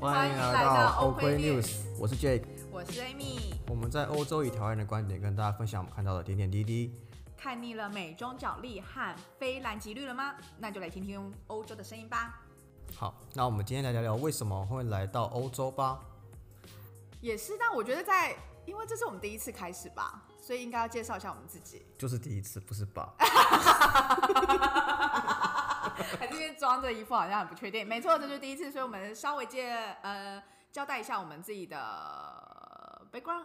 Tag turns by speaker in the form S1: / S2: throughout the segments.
S1: 欢迎来到欧规 news，我是 Jake，
S2: 我是 Amy。
S1: 我们在欧洲以台湾人的观点跟大家分享我们看到的点点滴滴。
S2: 看腻了美中角力和非蓝即绿了吗？那就来听听欧洲的声音吧。
S1: 好，那我们今天来聊聊为什么会来到欧洲吧。
S2: 也是，但我觉得在，因为这是我们第一次开始吧，所以应该要介绍一下我们自己。
S1: 就是第一次，不是吧？
S2: 还这边装着一副好像很不确定。 没错，这就是第一次，所以我们稍微介呃交代一下我们自己的 background。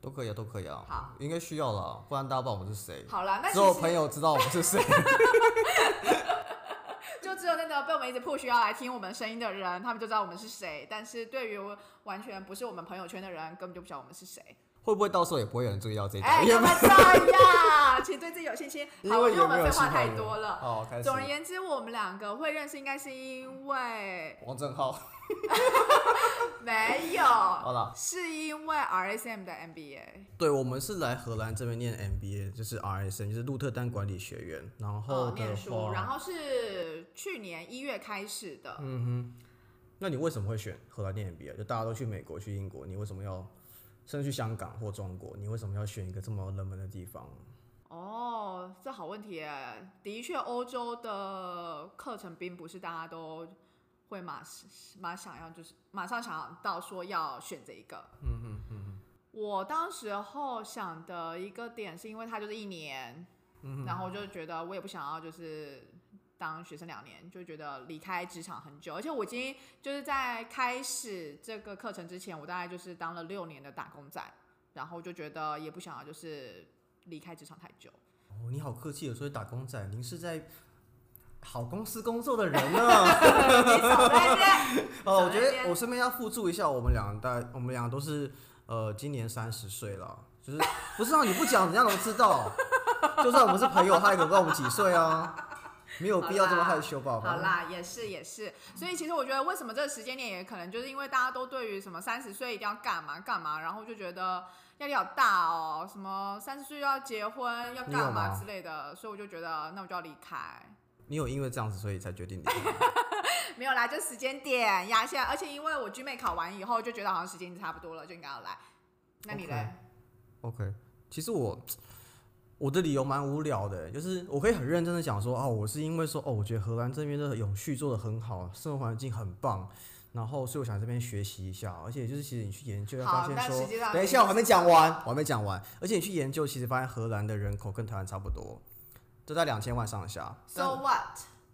S1: 都可以啊，都可以啊。
S2: 好，
S1: 应该需要了，啊不然大家不知道我们是谁。
S2: 好啦，那
S1: 只有
S2: 其实
S1: 朋友知道我们是 谁。
S2: 就只有那个被我们一直 push 要来听我们声音的人，他们就知道我们是谁。但是对于完全不是我们朋友圈的人，根本就不知道我们是谁。
S1: 会不会到时候也不会有人注意到这一
S2: 哎、
S1: 点？
S2: 干嘛这样？请对自己有信心。
S1: 因
S2: 好，我
S1: 为
S2: 觉
S1: 有
S2: 得我
S1: 没
S2: 们
S1: 有
S2: 废
S1: 新
S2: 话
S1: 朋
S2: 太
S1: 友
S2: 多了。
S1: 哦，开始。
S2: 总而言之，我们两个会认识，应该是因为
S1: 王正浩，
S2: 没有，
S1: 好啦，
S2: 是因为 RSM 的 MBA。
S1: 对我们是来荷兰这边念 MBA，就是 RSN，就是鹿特丹管理学院。然后
S2: 呃，
S1: 的
S2: 念
S1: 话，
S2: 书，然后是去年一月开始的。
S1: 那你为什么会选荷兰念 MBA？就大家都去美国、去英国，你为什么要甚至去香港或中国？你为什么要选一个这么冷门的地方？
S2: 哦，这好问题耶。的确，欧洲的课程并不是大家都会马马想要，就是马上想到说要选择一个。嗯嗯嗯。我当时候想的一个点是因为它就是一年，然后我就觉得我也不想要就是当学生两年，就觉得离开职场很久，而且我已经就是在开始这个课程之前，我大概就是当了六年的打工仔，然后就觉得也不想要就是离开职场太久。
S1: 哦，你好客气哦，所以打工仔，您是在好公司工作的人 呢。
S2: 呃你少在那边
S1: 哦，我
S2: 少在
S1: 觉
S2: 那
S1: 得
S2: 边
S1: 我身边要附注一下，我们两个大概，我们两个都是呃，今年三十岁了，就是不是让你不讲，人家能知道。就算我们是朋友，他也可不知道我们几岁啊，没有必要这么害羞吧？
S2: 好啦，也是也是，所以其实我觉得为什么这个时间点也可能就是因为大家都对于什么三十岁一定要干嘛干嘛，然后就觉得压力好大哦，什么三十岁要结婚要
S1: 你有
S2: 干嘛
S1: 吗
S2: 之类的，所以我就觉得那我就要离开。
S1: 你有因为这样子所以才决定离开吗？
S2: 没有啦，就时间点压下，而且因为我 G 妹考完以后就觉得好像时间已经差不多了，就应该要来。那你
S1: OK
S2: 嘞？
S1: OK，其实我我的理由蛮无聊的，欸就是我可以很认真的讲说，哦，我是因为说，哦，我觉得荷兰这边的永续做的很好，生活环境很棒，然后所以我想这边学习一下，而且就是其实你去研究，
S2: 好
S1: 发现
S2: 但
S1: 说
S2: 实际，上
S1: 等一
S2: 你
S1: 下我还没
S2: 是
S1: 讲完，我还没讲完，而且你去研究，其实发现荷兰的人口跟台湾差不多，都在两千万上下。但
S2: So what？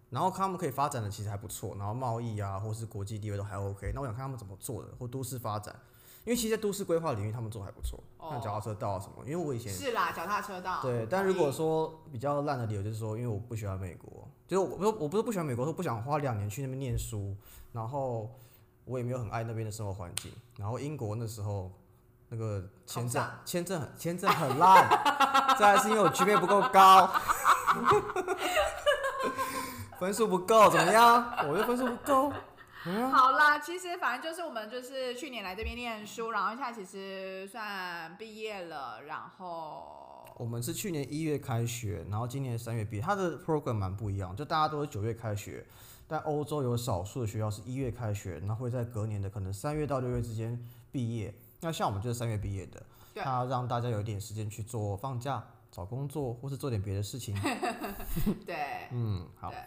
S1: 然后他们可以发展的其实还不错，然后贸易啊，或是国际地位都还 OK。那我想看他们怎么做的，或都市发展，因为其实在都市规划领域他们做的还不错，
S2: 哦
S1: 像脚踏车道啊什么。因为我以前
S2: 是啦，脚踏车道。
S1: 对，但
S2: 同
S1: 如果
S2: 意
S1: 说比较烂的理由就是说，因为我不喜欢美国，就是我不是我不是不喜欢美国，是不想花两年去那边念书，然后我也没有很爱那边的生活环境。然后英国那时候那个签证
S2: 好炸
S1: 签证很签证很烂，再来是因为我 GPA 不够高，分数不够，怎么样？我的分数不够，
S2: 好啦，其实反正就是我们就是去年来这边念书，然后现在其实算毕业了，然后
S1: 我们是去年一月开学，然后今年三月毕业。它的 program 蛮不一样，就大家都是九月开学，但欧洲有少数的学校是一月开学，然后会在隔年的可能三月到六月之间毕业。那像我们就是三月毕业的，
S2: 对
S1: 它让大家有一点时间去做放假、找工作，或是做点别的事情。
S2: 对，
S1: 嗯，好，
S2: 对，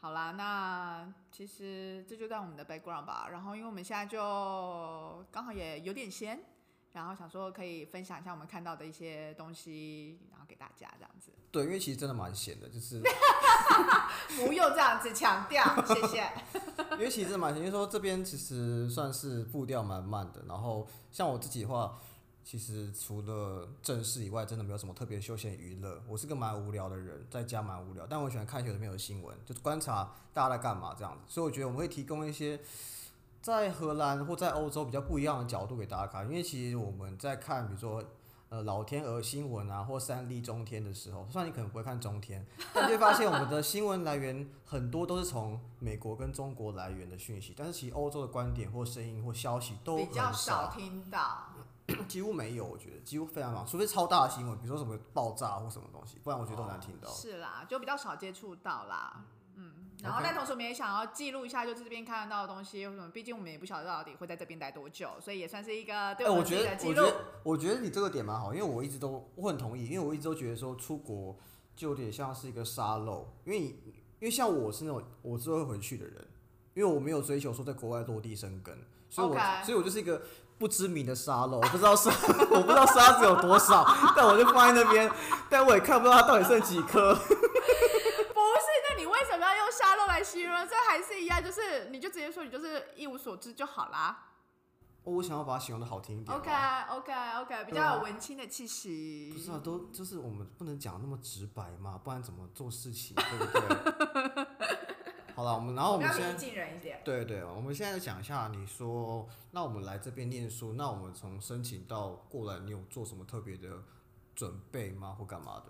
S2: 好啦，那其实这就在我们的 background 吧。然后因为我们现在就刚好也有点闲，然后想说可以分享一下我们看到的一些东西，然后给大家这样子，
S1: 对，因为其实真的蛮闲的，就是
S2: 不用这样子强调，谢谢。
S1: 因为其实真的蛮闲，因为说这边其实算是步调蛮慢的。然后像我自己的话，其实除了正事以外，真的没有什么特别休闲娱乐。我是个蛮无聊的人，在家蛮无聊，但我喜欢看一些有的没有的新闻，就是观察大家在干嘛这样子。所以我觉得我们会提供一些在荷兰或在欧洲比较不一样的角度给大家看，因为其实我们在看，比如说。呃，老天鹅新闻啊，或三立中天的时候，虽然你可能不会看中天，但你会发现我们的新闻来源很多都是从美国跟中国来源的讯息，但是其实欧洲的观点或声音或消息都
S2: 比较
S1: 很
S2: 少听到，
S1: 几乎没有，我觉得几乎非常忙，除非超大的新闻，比如说什么爆炸或什么东西，不然我觉得都很难听到。
S2: 哦是啦，就比较少接触到啦。嗯，然后
S1: OK
S2: 但同时我们也想要记录一下，就是这边看得到的东西，或什么，毕竟我们也不晓得到底会在这边待多久，所以也算是一个对
S1: 哎、
S2: 们
S1: 我
S2: 自
S1: 觉
S2: 己
S1: 得
S2: 的，记
S1: 我觉
S2: 录
S1: 得。，我觉得你这个点蛮好，因为我一直都我很同意，因为我一直都觉得说出国就有点像是一个沙漏，因为你因为像我是那种我是会回去的人，因为我没有追求说在国外落地生根，所以我
S2: OK
S1: 所以我就是一个不知名的沙漏，我不知道沙 我不知道沙子有多少，但我就放在那边，但我也看不到它到底剩几颗。
S2: 不是，那你为什么要用沙漏来形容？这还是一样，就是你就直接说你就是一无所知就好啦。
S1: 我想要把它形容的好听一点啊。
S2: OK OK OK，比
S1: 对啊
S2: 较有文青的气息。
S1: 不是啊，都就是我们不能讲那么直白嘛，不然怎么做事情，对不对？ 好了，我们然后我
S2: 们
S1: 们
S2: 要
S1: 现
S2: 平易
S1: 在，
S2: 近人一点。
S1: 对对，我们现在讲一下，你说，那我们来这边念书，那我们从申请到过来，你有做什么特别的准备吗，或干嘛的？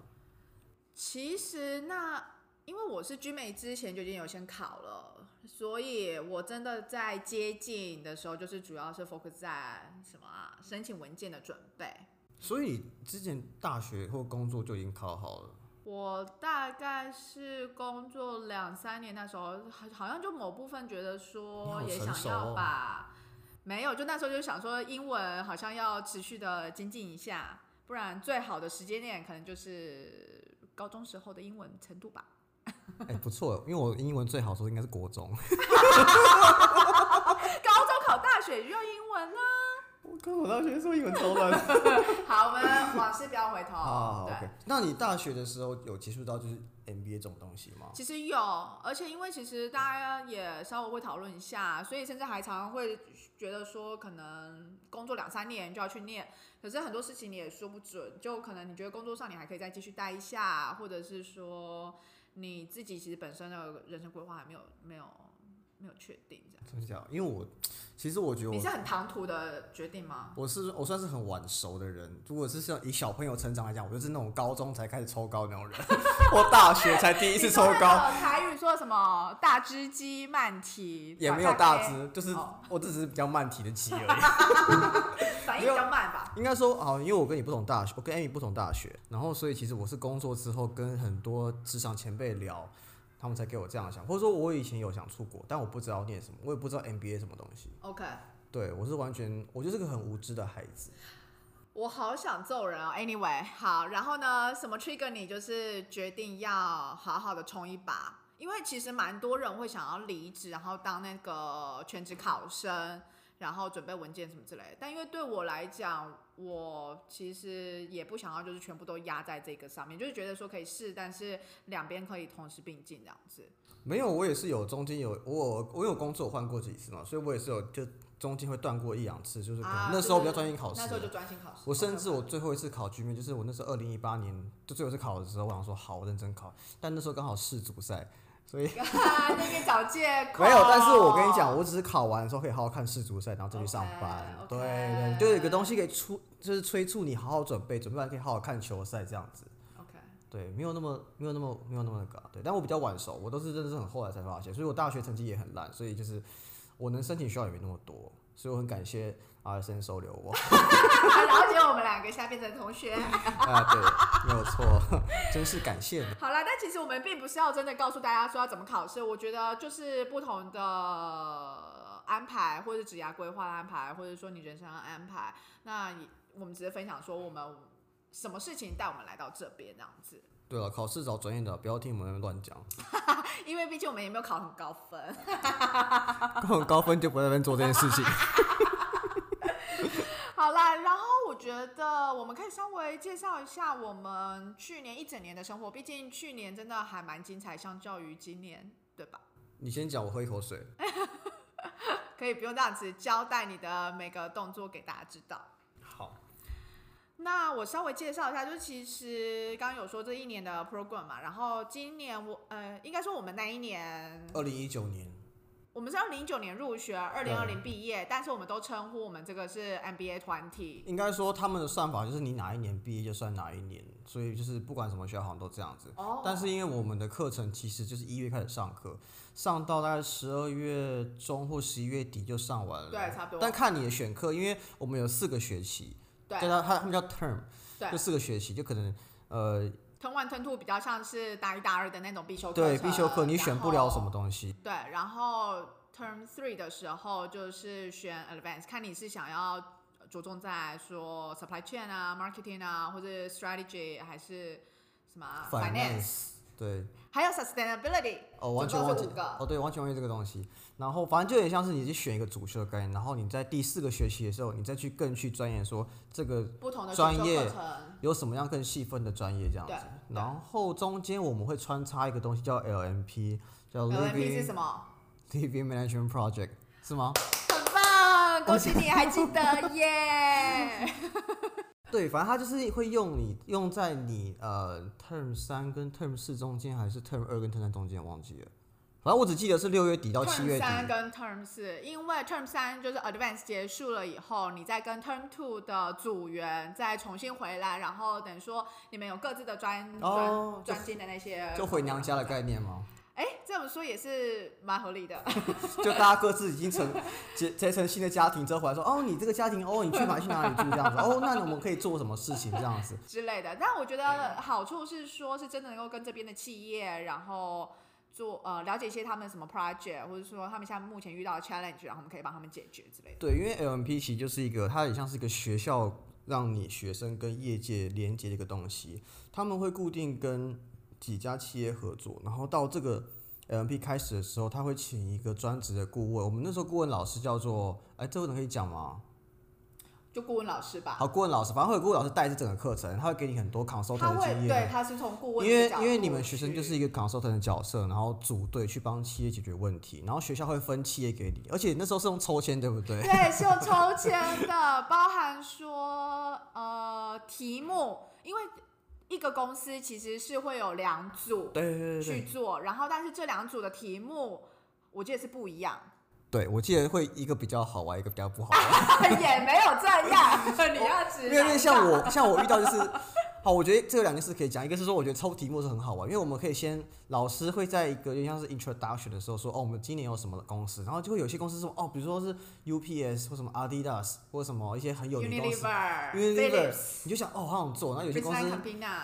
S2: 其实那因为我是居美之前就已经有先考了，所以我真的在接近的时候，就是主要是 focus 在什么啊申请文件的准备。
S1: 所以你之前大学或工作就已经考好了，
S2: 我大概是工作两三年，那时候好好像就某部分觉得说
S1: 你好
S2: 也
S1: 成
S2: 想
S1: 熟
S2: 要
S1: 哦
S2: 把，没有，就那时候就想说英文好像要持续的精进一下，不然最好的时间点可能就是高中时候的英文程度吧。
S1: 哎、不错，因为我英文最好的时候应该是国中，
S2: 高中考大学也要英文啦。
S1: 我刚考大学的时候英文超烂。
S2: 好，我们往事不要回头。
S1: 啊
S2: 对。
S1: ，OK，那你大学的时候有接触到就是 MBA 这种东西吗？
S2: 其实有，而且因为其实大家也稍微会讨论一下，所以甚至还常常会觉得说，可能工作两三年就要去念，可是很多事情你也说不准，就可能你觉得工作上你还可以再继续待一下，或者是说你自己其实本身的人生规划还没有没有没有确定这样。
S1: 怎么讲？因为我其实我觉得
S2: 你
S1: 我
S2: 是很唐突的决定吗？
S1: 我是我算是很晚熟的人。如果是像以小朋友成长来讲，我就是那种高中才开始抽高那种人， 我大学才第一次抽
S2: 你说
S1: 高，
S2: 那个台语说什么大只鸡慢蹄，
S1: 也没有大
S2: 反
S1: 只，就是
S2: 哦
S1: 我只是比较慢提的鸡而已。
S2: 反应比较慢吧。
S1: 应该说，哦好，因为我跟你不同大学，我跟 Amy 不同大学，然后所以其实我是工作之后跟很多职场前辈聊。他们才给我这样想，或者说我以前有想出国，但我不知道念什么，我也不知道 MBA 什么东西。
S2: OK，
S1: 对我是完全，我就是个很无知的孩子。
S2: 我好想揍人哦。Anyway，好，然后呢，什么 trigger 你就是决定要好好的冲一把，因为其实蛮多人会想要离职，然后当那个全职考生，然后准备文件什么之类的。但因为对我来讲，我其实也不想要就是全部都压在这个上面，就是觉得说可以试，但是两边可以同时并进这样子。
S1: 没有，我也是有中间有我有我有工作我换过几次嘛，所以我也是有就中间会断过一两次，就是可
S2: 啊
S1: 能那时候比较专心考试。
S2: 那时候就专心考试。
S1: 我甚至
S2: OK，OK
S1: 我最后一次考局面，就是我那时候二零一八年就最后一次考的时候，我想说好，我认真考，但那时候刚好世足赛，所以
S2: 那边找借口。
S1: 没有。但是我跟你
S2: 哦
S1: 讲，我只是考完的时候可以好好看世足赛，然后再去上班。
S2: OK，OK
S1: 对对，就有一个东西可以促，就是催促你好好准备，准备完可以好好看球赛这样子。
S2: OK，
S1: 对，没有那么没有那么没有那么那个啊、对，但我比较晚熟，我都是真的是很后来才发现，所以我大学成绩也很烂，所以就是我能申请学校也没那么多，所以我很感谢 RSN 收留我
S2: 然后结果我们两个现在变成同学。
S1: 啊，对，没有错， 真是感谢你。
S2: 好啦，但其实我们并不是要真的告诉大家说要怎么考试，我觉得就是不同的安排，或者职涯规划的安排，或者说你人生的安排，那也我们只是分享说我们什么事情带我们来到这边这样子，
S1: 对了，考试找专业的，不要听我们乱讲，
S2: 因为毕竟我们也没有考很高分。
S1: 很高分就不在那边做这件事情。
S2: 好啦，然后我觉得我们可以稍微介绍一下我们去年一整年的生活，毕竟去年真的还蛮精彩，相较于今年，对吧？
S1: 你先讲，我喝一口水。
S2: 可以不用这样子交代你的每个动作给大家知道。
S1: 好，
S2: 那我稍微介绍一下，就是其实刚刚有说这一年的 program 嘛，然后今年我呃，应该说我们那一年，
S1: 二零一九年，
S2: 我们是二零一九年入学，二零二零毕业，但是我们都称呼我们这个是 MBA 团体。
S1: 应该说他们的算法就是你哪一年毕业就算哪一年，所以就是不管什么学校好像都这样子。
S2: 哦
S1: 但是因为我们的课程其实就是一月开始上课，上到大概十二月中或十一月底就上完了。
S2: 对差不多
S1: 但看你的选课，因为我们有四个学期，
S2: 对
S1: 叫他他他们叫 term，
S2: 对
S1: 就四个学期，就可能呃
S2: ，Turn One Turn Two 比较像是大一大二的那种必修课程，
S1: 对必修课你选不了什
S2: 然后
S1: 么东西，
S2: 对，然后 term three 的时候就是选 advance，看你是想要着重在说 supply chain 啊、marketing 啊，或者 strategy 还是什么啊 finance，
S1: 对，
S2: 还有 sustainability。
S1: 哦，完全
S2: 总
S1: 忘
S2: 共
S1: 记
S2: 是五个
S1: 哦，对，完全忘记这个东西。然后反正就有点像是你去选一个主修的概念，然后你在第四个学期的时候，你再去更去钻研说这个
S2: 不同的
S1: 专
S2: 选修
S1: 业
S2: 课程，
S1: 有什么样更细分的专业这样子
S2: 对。
S1: 然后中间我们会穿插一个东西叫 LMP，叫
S2: LMP 是
S1: Living
S2: 什么？
S1: Living Management Project，是吗？
S2: 很棒，恭喜你还记得 耶！
S1: 对，反正它就是会用你用在你呃 term 三跟 term 四中间，还是 term 二跟 term 三中间，忘记了。反正我只记得是六月底到七
S2: term
S1: 月底。
S2: 三跟 term 四，因为 term 三就是 advance 结束了以后，你再跟 term two 的组员再重新回来，然后等于说你们有各自的专
S1: 哦
S2: 专专精的那些，
S1: 就回娘家的。概念吗？
S2: 哎，这么说也是蛮合理的。
S1: 就大家各自已经成 结结成新的家庭之后，回来说哦，你这个家庭哦，你去哪去哪里住这样子，哦，那我们可以做什么事情这样子？
S2: 之类的。但我觉得好处是说，是真的能够跟这边的企业，然后做呃了解一些他们什么 project，或者说他们现在目前遇到的 challenge，然后我们可以帮他们解决之类的。
S1: 对，因为 LMP 其实就是一个，它也像是一个学校让你学生跟业界连接的一个东西。他们会固定跟几家企业合作，然后到这个 LMP 开始的时候，他会请一个专职的顾问。我们那时候顾问老师叫做，哎，这个能可以讲吗？
S2: 就顾问老师吧，
S1: 好，顾问老师，反正会有顾问老师带这整个课程，他会给你很多 consult
S2: 他
S1: 的
S2: 会
S1: 经验。
S2: 对，他是从顾问
S1: 因为
S2: 的角度
S1: 因为你们学生
S2: 去
S1: 就是一个 consultant 的角色，然后组队去帮企业解决问题，然后学校会分企业给你，而且那时候是用抽签，对不对？
S2: 对，是有抽签的，包含说呃题目，因为一个公司其实是会有两组
S1: 对对对
S2: 去
S1: 对
S2: 做，然后但是这两组的题目我记得是不一样，
S1: 对，我记得会一个比较好玩，一个比较不好
S2: 啊
S1: 玩，
S2: 也没有这样，你要知
S1: 因为因为像我像我遇到就是。好，我觉得这有两件事可以讲，一个是说，我觉得抽题目是很好玩，因为我们可以先老师会在一个就像是 introduction 的时候说，哦，我们今年有什么公司，然后就会有些公司说，哦，比如说是 UPS 或什么 Adidas 或什么一些很有名的公司
S2: Unilever、
S1: Unilever，你就想，哦，好想做，然后有些公
S2: Princess
S1: 司
S2: Campina，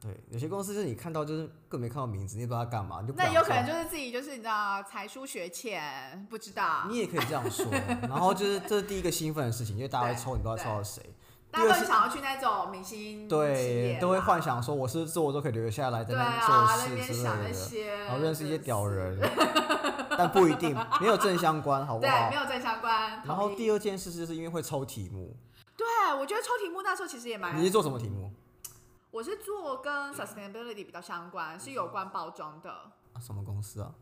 S1: 对，有些公司就是你看到就是更没看到名字，你也不知道他干嘛，你就不
S2: 那
S1: 想
S2: 有可
S1: 做
S2: 能就是自己就是你知道才疏学浅，不知道，
S1: 你也可以这样说。然后就是这是第一个兴奋的事情，因为大家会
S2: 对
S1: 抽，你不知道
S2: 对
S1: 抽到谁，
S2: 大家
S1: 第二
S2: 都
S1: 是
S2: 很想要去那种明星嗯企业
S1: 对，
S2: 嘛
S1: 都会幻想说我是不是做都可以留下来在
S2: 对
S1: 那边
S2: 啊，那
S1: 做
S2: 边
S1: 事之
S2: 想那
S1: 类的，
S2: 些，
S1: 然后认识一些
S2: 真
S1: 屌
S2: 是
S1: 人，但不一定没有正相关，好不
S2: 对，
S1: 好
S2: 没？有正相关。
S1: 然后
S2: 同意
S1: 第二件事就是因为会抽题目，
S2: 对，我觉得抽题目那时候其实也蛮
S1: 你，是做什么题目？
S2: 我是做跟 sustainability 比较相关，是有关包装的，
S1: 啊、什么公司啊？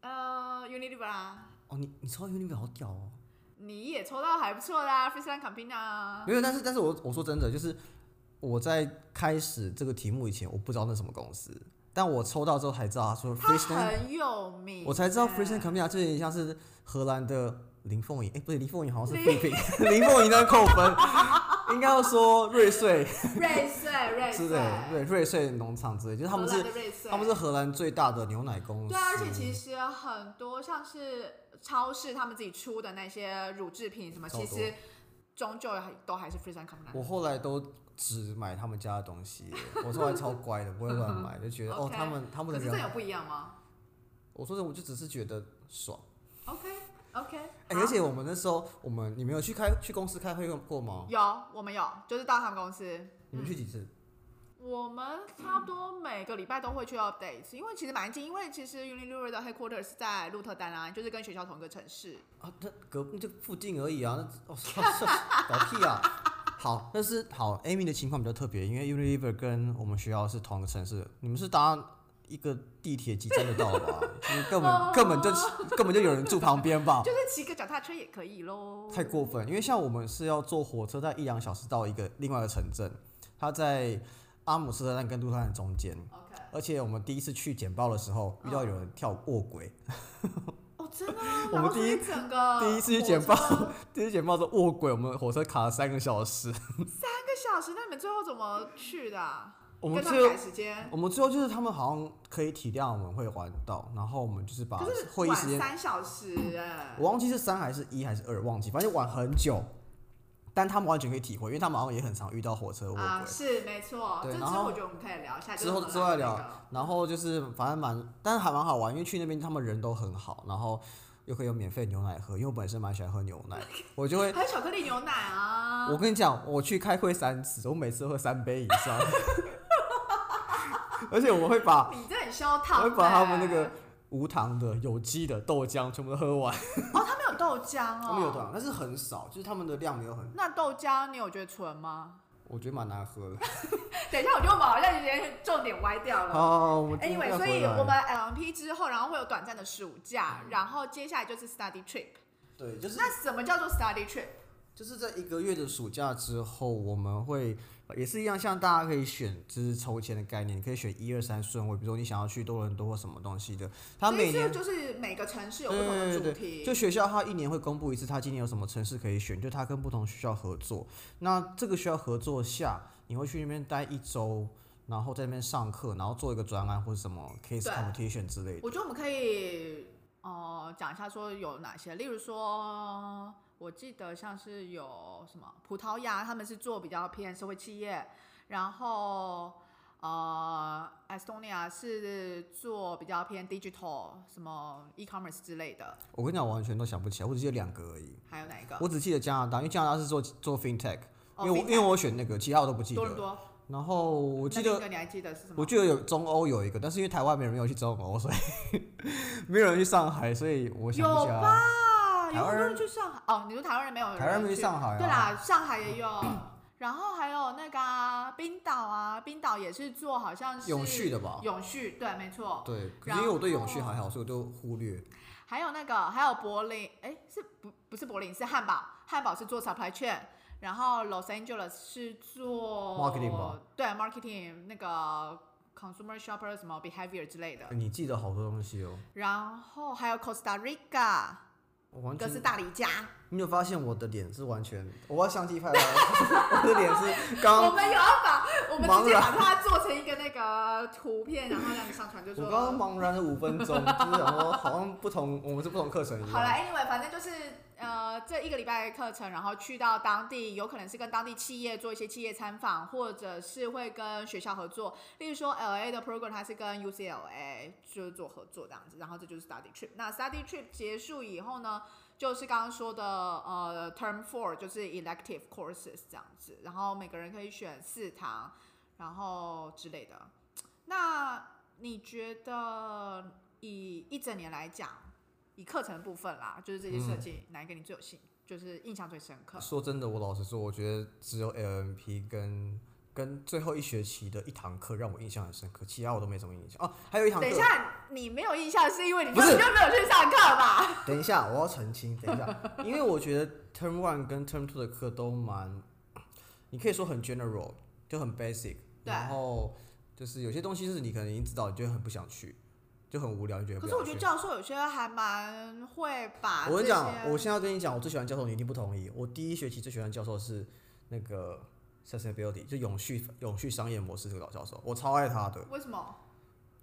S2: 呃，Unilever 啊，
S1: 哦，你你抽 u n i 好屌哦！
S2: 你也抽到还不错啦，Freeland Campina 啊。
S1: 没有，但是但是我我说真的，就是我在开始这个题目以前，我不知道那是什么公司，但我抽到之后才知道，他说
S2: 它
S1: Freeston，
S2: 很有名，
S1: 我才知道
S2: 对啊
S1: Freeston c o m p a n 这有点像是荷兰的林凤营，哎、不对，林凤营好像是菲律 宾，林凤营在扣分，应该要说瑞穗
S2: 瑞穗，瑞
S1: 之
S2: 穗，
S1: 类，对，瑞穗农场之类，就是他们
S2: 荷
S1: 是
S2: 兰的瑞穗，
S1: 他们是荷兰最大的牛奶公司，
S2: 对啊，而且其实很多像是超市他们自己出的那些乳制品什么，
S1: 超多
S2: 其实终究还都还是 Freeland Campina。
S1: 嗯我后来都。只买他们家的东西耶，我后来超乖的，不会乱买，就觉得哦，
S2: OK
S1: 他们他们的
S2: 可是这
S1: 人，
S2: 有不一样吗
S1: 我说真的，我就只是觉得爽。
S2: ？OK OK，
S1: 哎、而且我们那时候，我们你们有去开去公司开会过吗？
S2: 啊有我们有，就是到他们公司，
S1: 你们去几次？
S2: 我们差不多每个礼拜都会去 update，因为其实蛮近，因为其实 Unilever 的 headquarters 是在鹿特丹啊，就是跟学校同一个城市。
S1: 啊，那隔就附近而已啊，那 哦，算算搞屁啊！好，但是好，Amy 的情况比较特别，因为 Unilever 跟我们学校是同一个城市，你们是搭一个地铁几站就到了吧？就是根本根本就根本就有人住旁边吧？
S2: 就是骑个脚踏车也可以喽。
S1: 太过分，因为像我们是要坐火车，在一两小时到一个另外一个城镇，它在阿姆斯特丹跟鹿特丹的中间。
S2: OK。
S1: 而且我们第一次去简报的时候，遇到有人跳卧轨，！
S2: 哦，真的啊
S1: 我们第一
S2: 然后是整个
S1: 第一次去简报
S2: 火车三
S1: 第一次简报是卧轨，我们火车卡了三个小时。
S2: 个小时，那你们最后怎么去的啊、
S1: 我们
S2: 跟他
S1: 最
S2: 们
S1: 后，
S2: 改时间，
S1: 我们最后就是他们好像可以体谅我们会玩到，然后我们就是把
S2: 可是
S1: 会议时
S2: 晚
S1: 间，
S2: 三小时哎、
S1: 我忘记是三还是一还是二，忘记，反正晚很久。但他们完全可以体会，因为他们好像也很常遇到火车卧轨。
S2: 啊，是没错，
S1: 对
S2: 这之
S1: 然
S2: 后
S1: 后
S2: 我觉得我们可以聊一下，
S1: 之后
S2: 就是
S1: 之后再
S2: 荷兰的那
S1: 聊
S2: 个
S1: 然后就是反正蛮，但是还蛮好玩，因为去那边他们人都很好，然后又可以有免费牛奶喝，因为我本身蛮喜欢喝牛奶，我就会。
S2: 还有巧克力牛奶啊，
S1: 我跟你讲，我去开会三次，我每次喝三杯以上， 而且我会把
S2: 你这很消
S1: 我
S2: 糖、欸。
S1: 会把他们那个无糖的、有机的豆浆全部都喝完。
S2: 哦，他们有豆浆哦，
S1: 他们有糖，但是很少，就是他们的量没有很，
S2: 那豆浆你有觉得纯吗？
S1: 我觉得蛮难 喝的。
S2: 等一下，我觉得我们好像有点重点歪掉了。
S1: 好，我们
S2: Anyway，
S1: 要
S2: 所
S1: 回
S2: 以
S1: 来嗯
S2: 我们 LMP 之后，然后会有短暂的暑假，然后接下来就是 study trip。
S1: 对，就是
S2: 那什么叫做 study trip？
S1: 就是在一个月的暑假之后，我们会也是一样，像大家可以选就是抽签的概念，你可以选一二三顺位，比如说你想要去多伦多或什么东西的，他
S2: 所以
S1: 每
S2: 这
S1: 年。
S2: 就是每个城市有不同的主
S1: 对对
S2: 题。
S1: 就学校，它一年会公布一次，它今年有什么城市可以选，就它跟不同学校合作。那这个学校合作下，你会去那边待一周，然后在那边上课，然后做一个专案或者什么 case
S2: 对
S1: competition 之类的。
S2: 我觉得我们可以呃讲一下说有哪些，例如说，我记得像是有什么葡萄牙，他们是做比较偏社会企业，然后呃，Estonia 是做比较偏 digital 什么 e-commerce 之类的，
S1: 我跟你讲，我完全都想不起来，我只记得两个而已。
S2: 还有哪一个？
S1: 我只记得加拿大，因为加拿大是做做 fintech，
S2: 哦
S1: 因为我、
S2: ，Fintech
S1: 因为我选那个，其他我都不记
S2: 多伦
S1: 得。
S2: 多，
S1: 然后我记
S2: 那
S1: 得
S2: 个你还记得是什么？
S1: 我记得有中欧有一个，但是因为台湾没有人有去中欧，所以 没有人去上海，所以我想不
S2: 有
S1: 起来。
S2: 吧？
S1: 台湾
S2: 有没有
S1: 人
S2: 人去上海？哦，你说台湾人没有人？
S1: 台湾没去上海啊
S2: 对啦，上海也有， 然后还有那个啊、冰岛啊，冰岛也是做好像是
S1: 永续的吧？
S2: 永续，对，没错。
S1: 对，可
S2: 然
S1: 是因为我对永
S2: 后
S1: 续还好，所以我就忽略。
S2: 还有那个，还有柏林，哎，是不不是柏林是汉堡，汉堡是做 supply chain，然后 Los Angeles 是做
S1: Marketing 吧
S2: 对 marketing 那个 consumer shopper 什么 behavior 之类的，
S1: 哎你记得好多东西哦，
S2: 然后还有 Costa Rica，
S1: 我完
S2: 一个是
S1: 全。
S2: 大离家，
S1: 你有发现我的脸是完全，我要相机拍了，我的脸是刚
S2: 我，们有要把我们直
S1: 茫
S2: 接把
S1: 然
S2: 它做成一个那个图片，然后让你上传，就
S1: 我
S2: 说。
S1: 刚刚茫然了五分钟，就是想说好像不同，我们是不同课程一
S2: 好了
S1: 样。
S2: ，Anyway，反正就是呃，这一个礼拜的课程，然后去到当地，有可能是跟当地企业做一些企业参访，或者是会跟学校合作。例如说，LA 的 program 它是跟 UCLA 就是做合作这样子，然后这就是 study trip。那 study trip 结束以后呢，就是刚刚说的呃 term four，就是 elective courses 这样子，然后每个人可以选四堂，然后之类的。那你觉得以一整年来讲，以课程的部分啦，就是这些设
S1: 嗯
S2: 计，哪一个你最有兴，就是印象最深刻？
S1: 说真的，我老实说，我觉得只有 LMP 跟跟最后一学期的一堂课让我印象很深刻，其他我都没什么印象。哦、还有一堂课
S2: 等一，下，你没有印象是因为你
S1: 不
S2: 根
S1: 是
S2: 本就没有去上课吧？
S1: 等一下，我要澄清，等一下，因为我觉得 Term One 跟 Term Two 的课都蛮，你可以说很 general，就很 basic，
S2: 对
S1: 然后就是有些东西是你可能已经知道，你就很不想去，就很无聊，你觉得
S2: 可
S1: 不
S2: 是我
S1: 想
S2: 觉
S1: 去
S2: 得。教授有些还蛮会把
S1: 我跟
S2: 这
S1: 你
S2: 些啊
S1: 讲，我现在跟你讲，我最喜欢教授，你一定不同意。我第一学期最喜欢教授是那个 sustainability，就永续永续商业模式这个老教授，我超爱他的。
S2: 为什么？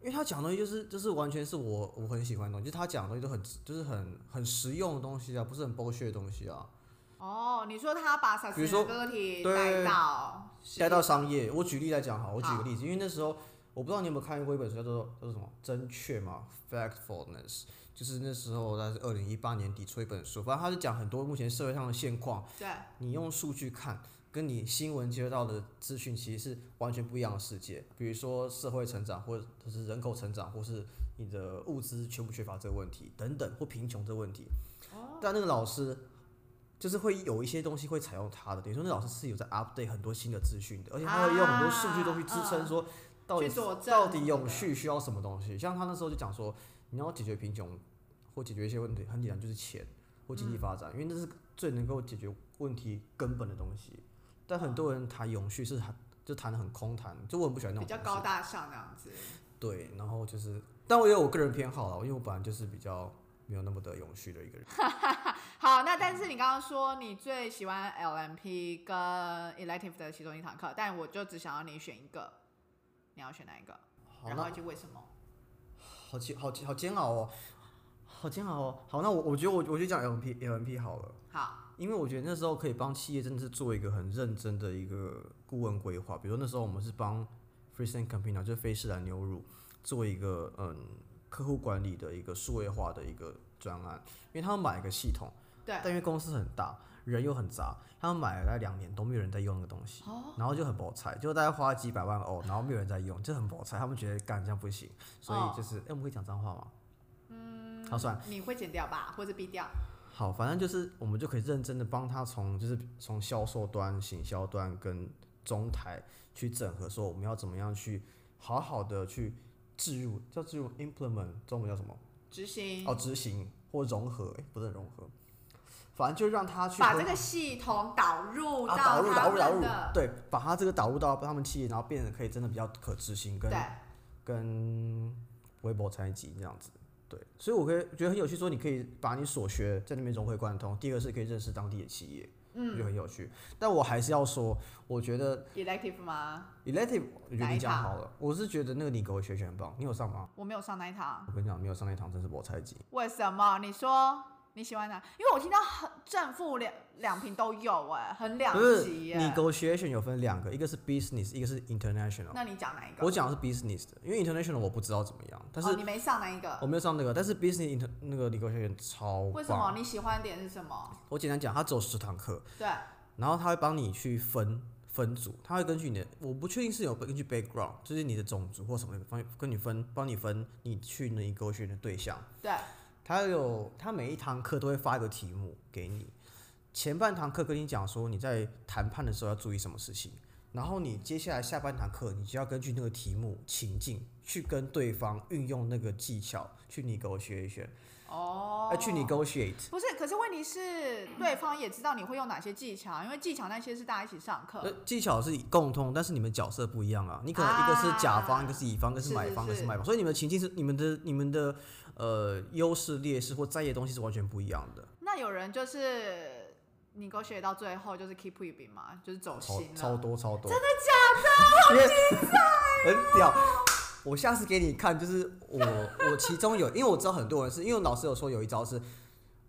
S1: 因为他讲的东西就是就是完全是我我很喜欢的东西，就是他讲的东西都很就是很很实用的东西啊，不是很 bullshit 的东西啊。
S2: 哦，你说他把
S1: 比如说
S2: sustainability 带
S1: 对
S2: 到实
S1: 带到商业，我举例来讲好，我举
S2: 好
S1: 个例子，因为那时候我不知道你有没有看过一本书，叫做叫做什么《正确》嘛，《Factfulness》，就是那时候大概是二零一八年底出一本书，反正它是讲很多目前社会上的现况，
S2: 对
S1: 你用数据看，跟你新闻接到的资讯其实是完全不一样的世界。比如说社会成长，或者是人口成长，或是你的物资缺不缺乏这个问题等等，或贫穷这个问题。
S2: 哦
S1: 但那个老师就是会有一些东西会采用他的，等于说那老师是有在 update 很多新的资讯的，而且他会用很多数据都去支撑说到底
S2: 啊去佐证
S1: 到
S2: 什
S1: 底
S2: 么
S1: 永
S2: 的
S1: 续需要什么东西。像他那时候就讲说，你要解决贫穷或解决一些问题，很简单就是钱或
S2: 嗯
S1: 经济发展，因为那是最能够解决问题根本的东西。但很多人谈永续是谈就谈的很空谈，就我很不喜欢那
S2: 比
S1: 种
S2: 较
S1: 东
S2: 高
S1: 西
S2: 大上那样子。
S1: 对，然后就是，但我也有我个人偏好了，因为我本来就是比较没有那么的永续的一个人。
S2: 好，那但是你刚刚说你最喜欢 LMP 跟 elective 的其中一堂课，但我就只想要你选一个，你要选哪一个？
S1: 好，
S2: 然
S1: 那
S2: 后就为什么？
S1: 好煎好煎好煎熬哦，好煎熬哦。好，那我我觉得我我就讲 LMP LMP 好了，
S2: 好，
S1: 因为我觉得那时候可以帮企业真的是做一个很认真的一个顾问规划，比如那时候我们是帮 Friesen Campina 就是菲士兰牛乳做一个嗯客户管理的一个数位化的一个专案，因为他们买一个系统，
S2: 对，
S1: 但因为公司很大，人又很杂，他们买了大概两年都没有人在用那个东西，然后就很不好猜，就大概花几百万欧，然后没有人在用，就很不好猜，他们觉得干这样不行，所以就是哎、我们可以讲脏话吗？嗯，好算了。
S2: 你会剪掉吧，或者逼掉？
S1: 好，反正就是我们就可以认真的帮他从就是从销售端、行销端跟中台去整合，说我们要怎么样去好好的去置入，叫置入 implement，中文叫什么？
S2: 执行，
S1: 哦，执行或融合，诶不是融合，反正就让他去
S2: 把
S1: 和
S2: 这个系统导入
S1: 啊
S2: 到
S1: 导入
S2: 他
S1: 导入导
S2: 们
S1: 入
S2: 的，，
S1: 对，把他这个导入到他们企业，然后变得可以真的比较可执行跟
S2: 对，
S1: 跟微博参一集这样子。对，所以我可以觉得很有趣，说你可以把你所学在那边融会贯通。第二个是可以认识当地的企业，嗯，就很有趣。但我还是要说，我觉得
S2: elective 吗？
S1: elective，我觉得
S2: 哪一
S1: 你讲
S2: 堂
S1: 好了，我是觉得那个你给我学学很棒，你有上吗？
S2: 我没有上那一堂，
S1: 我跟你讲，没有上那堂真是我猜忌。
S2: 为什么？你说你喜欢哪？因为我听到很正负两两瓶都有哎、很两
S1: 不是
S2: 极耶、
S1: 你 negotiation 有分两个，一个是 business，一个是 international。
S2: 那你讲哪一个？
S1: 我讲的是 business 的，因为 international 我不知道怎么样，但是
S2: 哦、你没上哪一个
S1: 我？没有上那个，但是 business inter 那个 negotiation 超棒。
S2: 为什么？你喜欢的点是什么？
S1: 我简单讲，它只有十堂课，
S2: 对，
S1: 然后他会帮你去分分组，他会根据你的，我不确定是有根据 background，就是你的种族或什么，帮你跟你分，帮你分你去那一勾选的对象。
S2: 对，
S1: 他有他每一堂课都会发一个题目给你，前半堂课跟你讲说你在谈判的时候要注意什么事情，然后你接下来下半堂课你就要根据那个题目情境去跟对方运用那个技巧去你 e 学一学，
S2: 哦，
S1: 要哎去你 negotiate。
S2: 不是，可是问题是，对方也知道你会用哪些技巧，因为技巧那些是大家一起上课。
S1: 呃，技巧是共通，但是你们角色不一样啊。你可能一个是甲方，
S2: 啊
S1: 一个是乙方，一个是买方，一
S2: 是
S1: 个
S2: 是
S1: 是卖方，所以你们的情境是你们的你们的呃优势、劣势或在意的东西是完全不一样的，
S2: 那有人就是你给我学到最后就是 keep weaving 嘛，就是走
S1: 超
S2: 心了。
S1: 超多超啊多。真的假的？ 很屌。我下次给你看，就是我我其中有，因为我知道很多人是因为老师有说有一招是，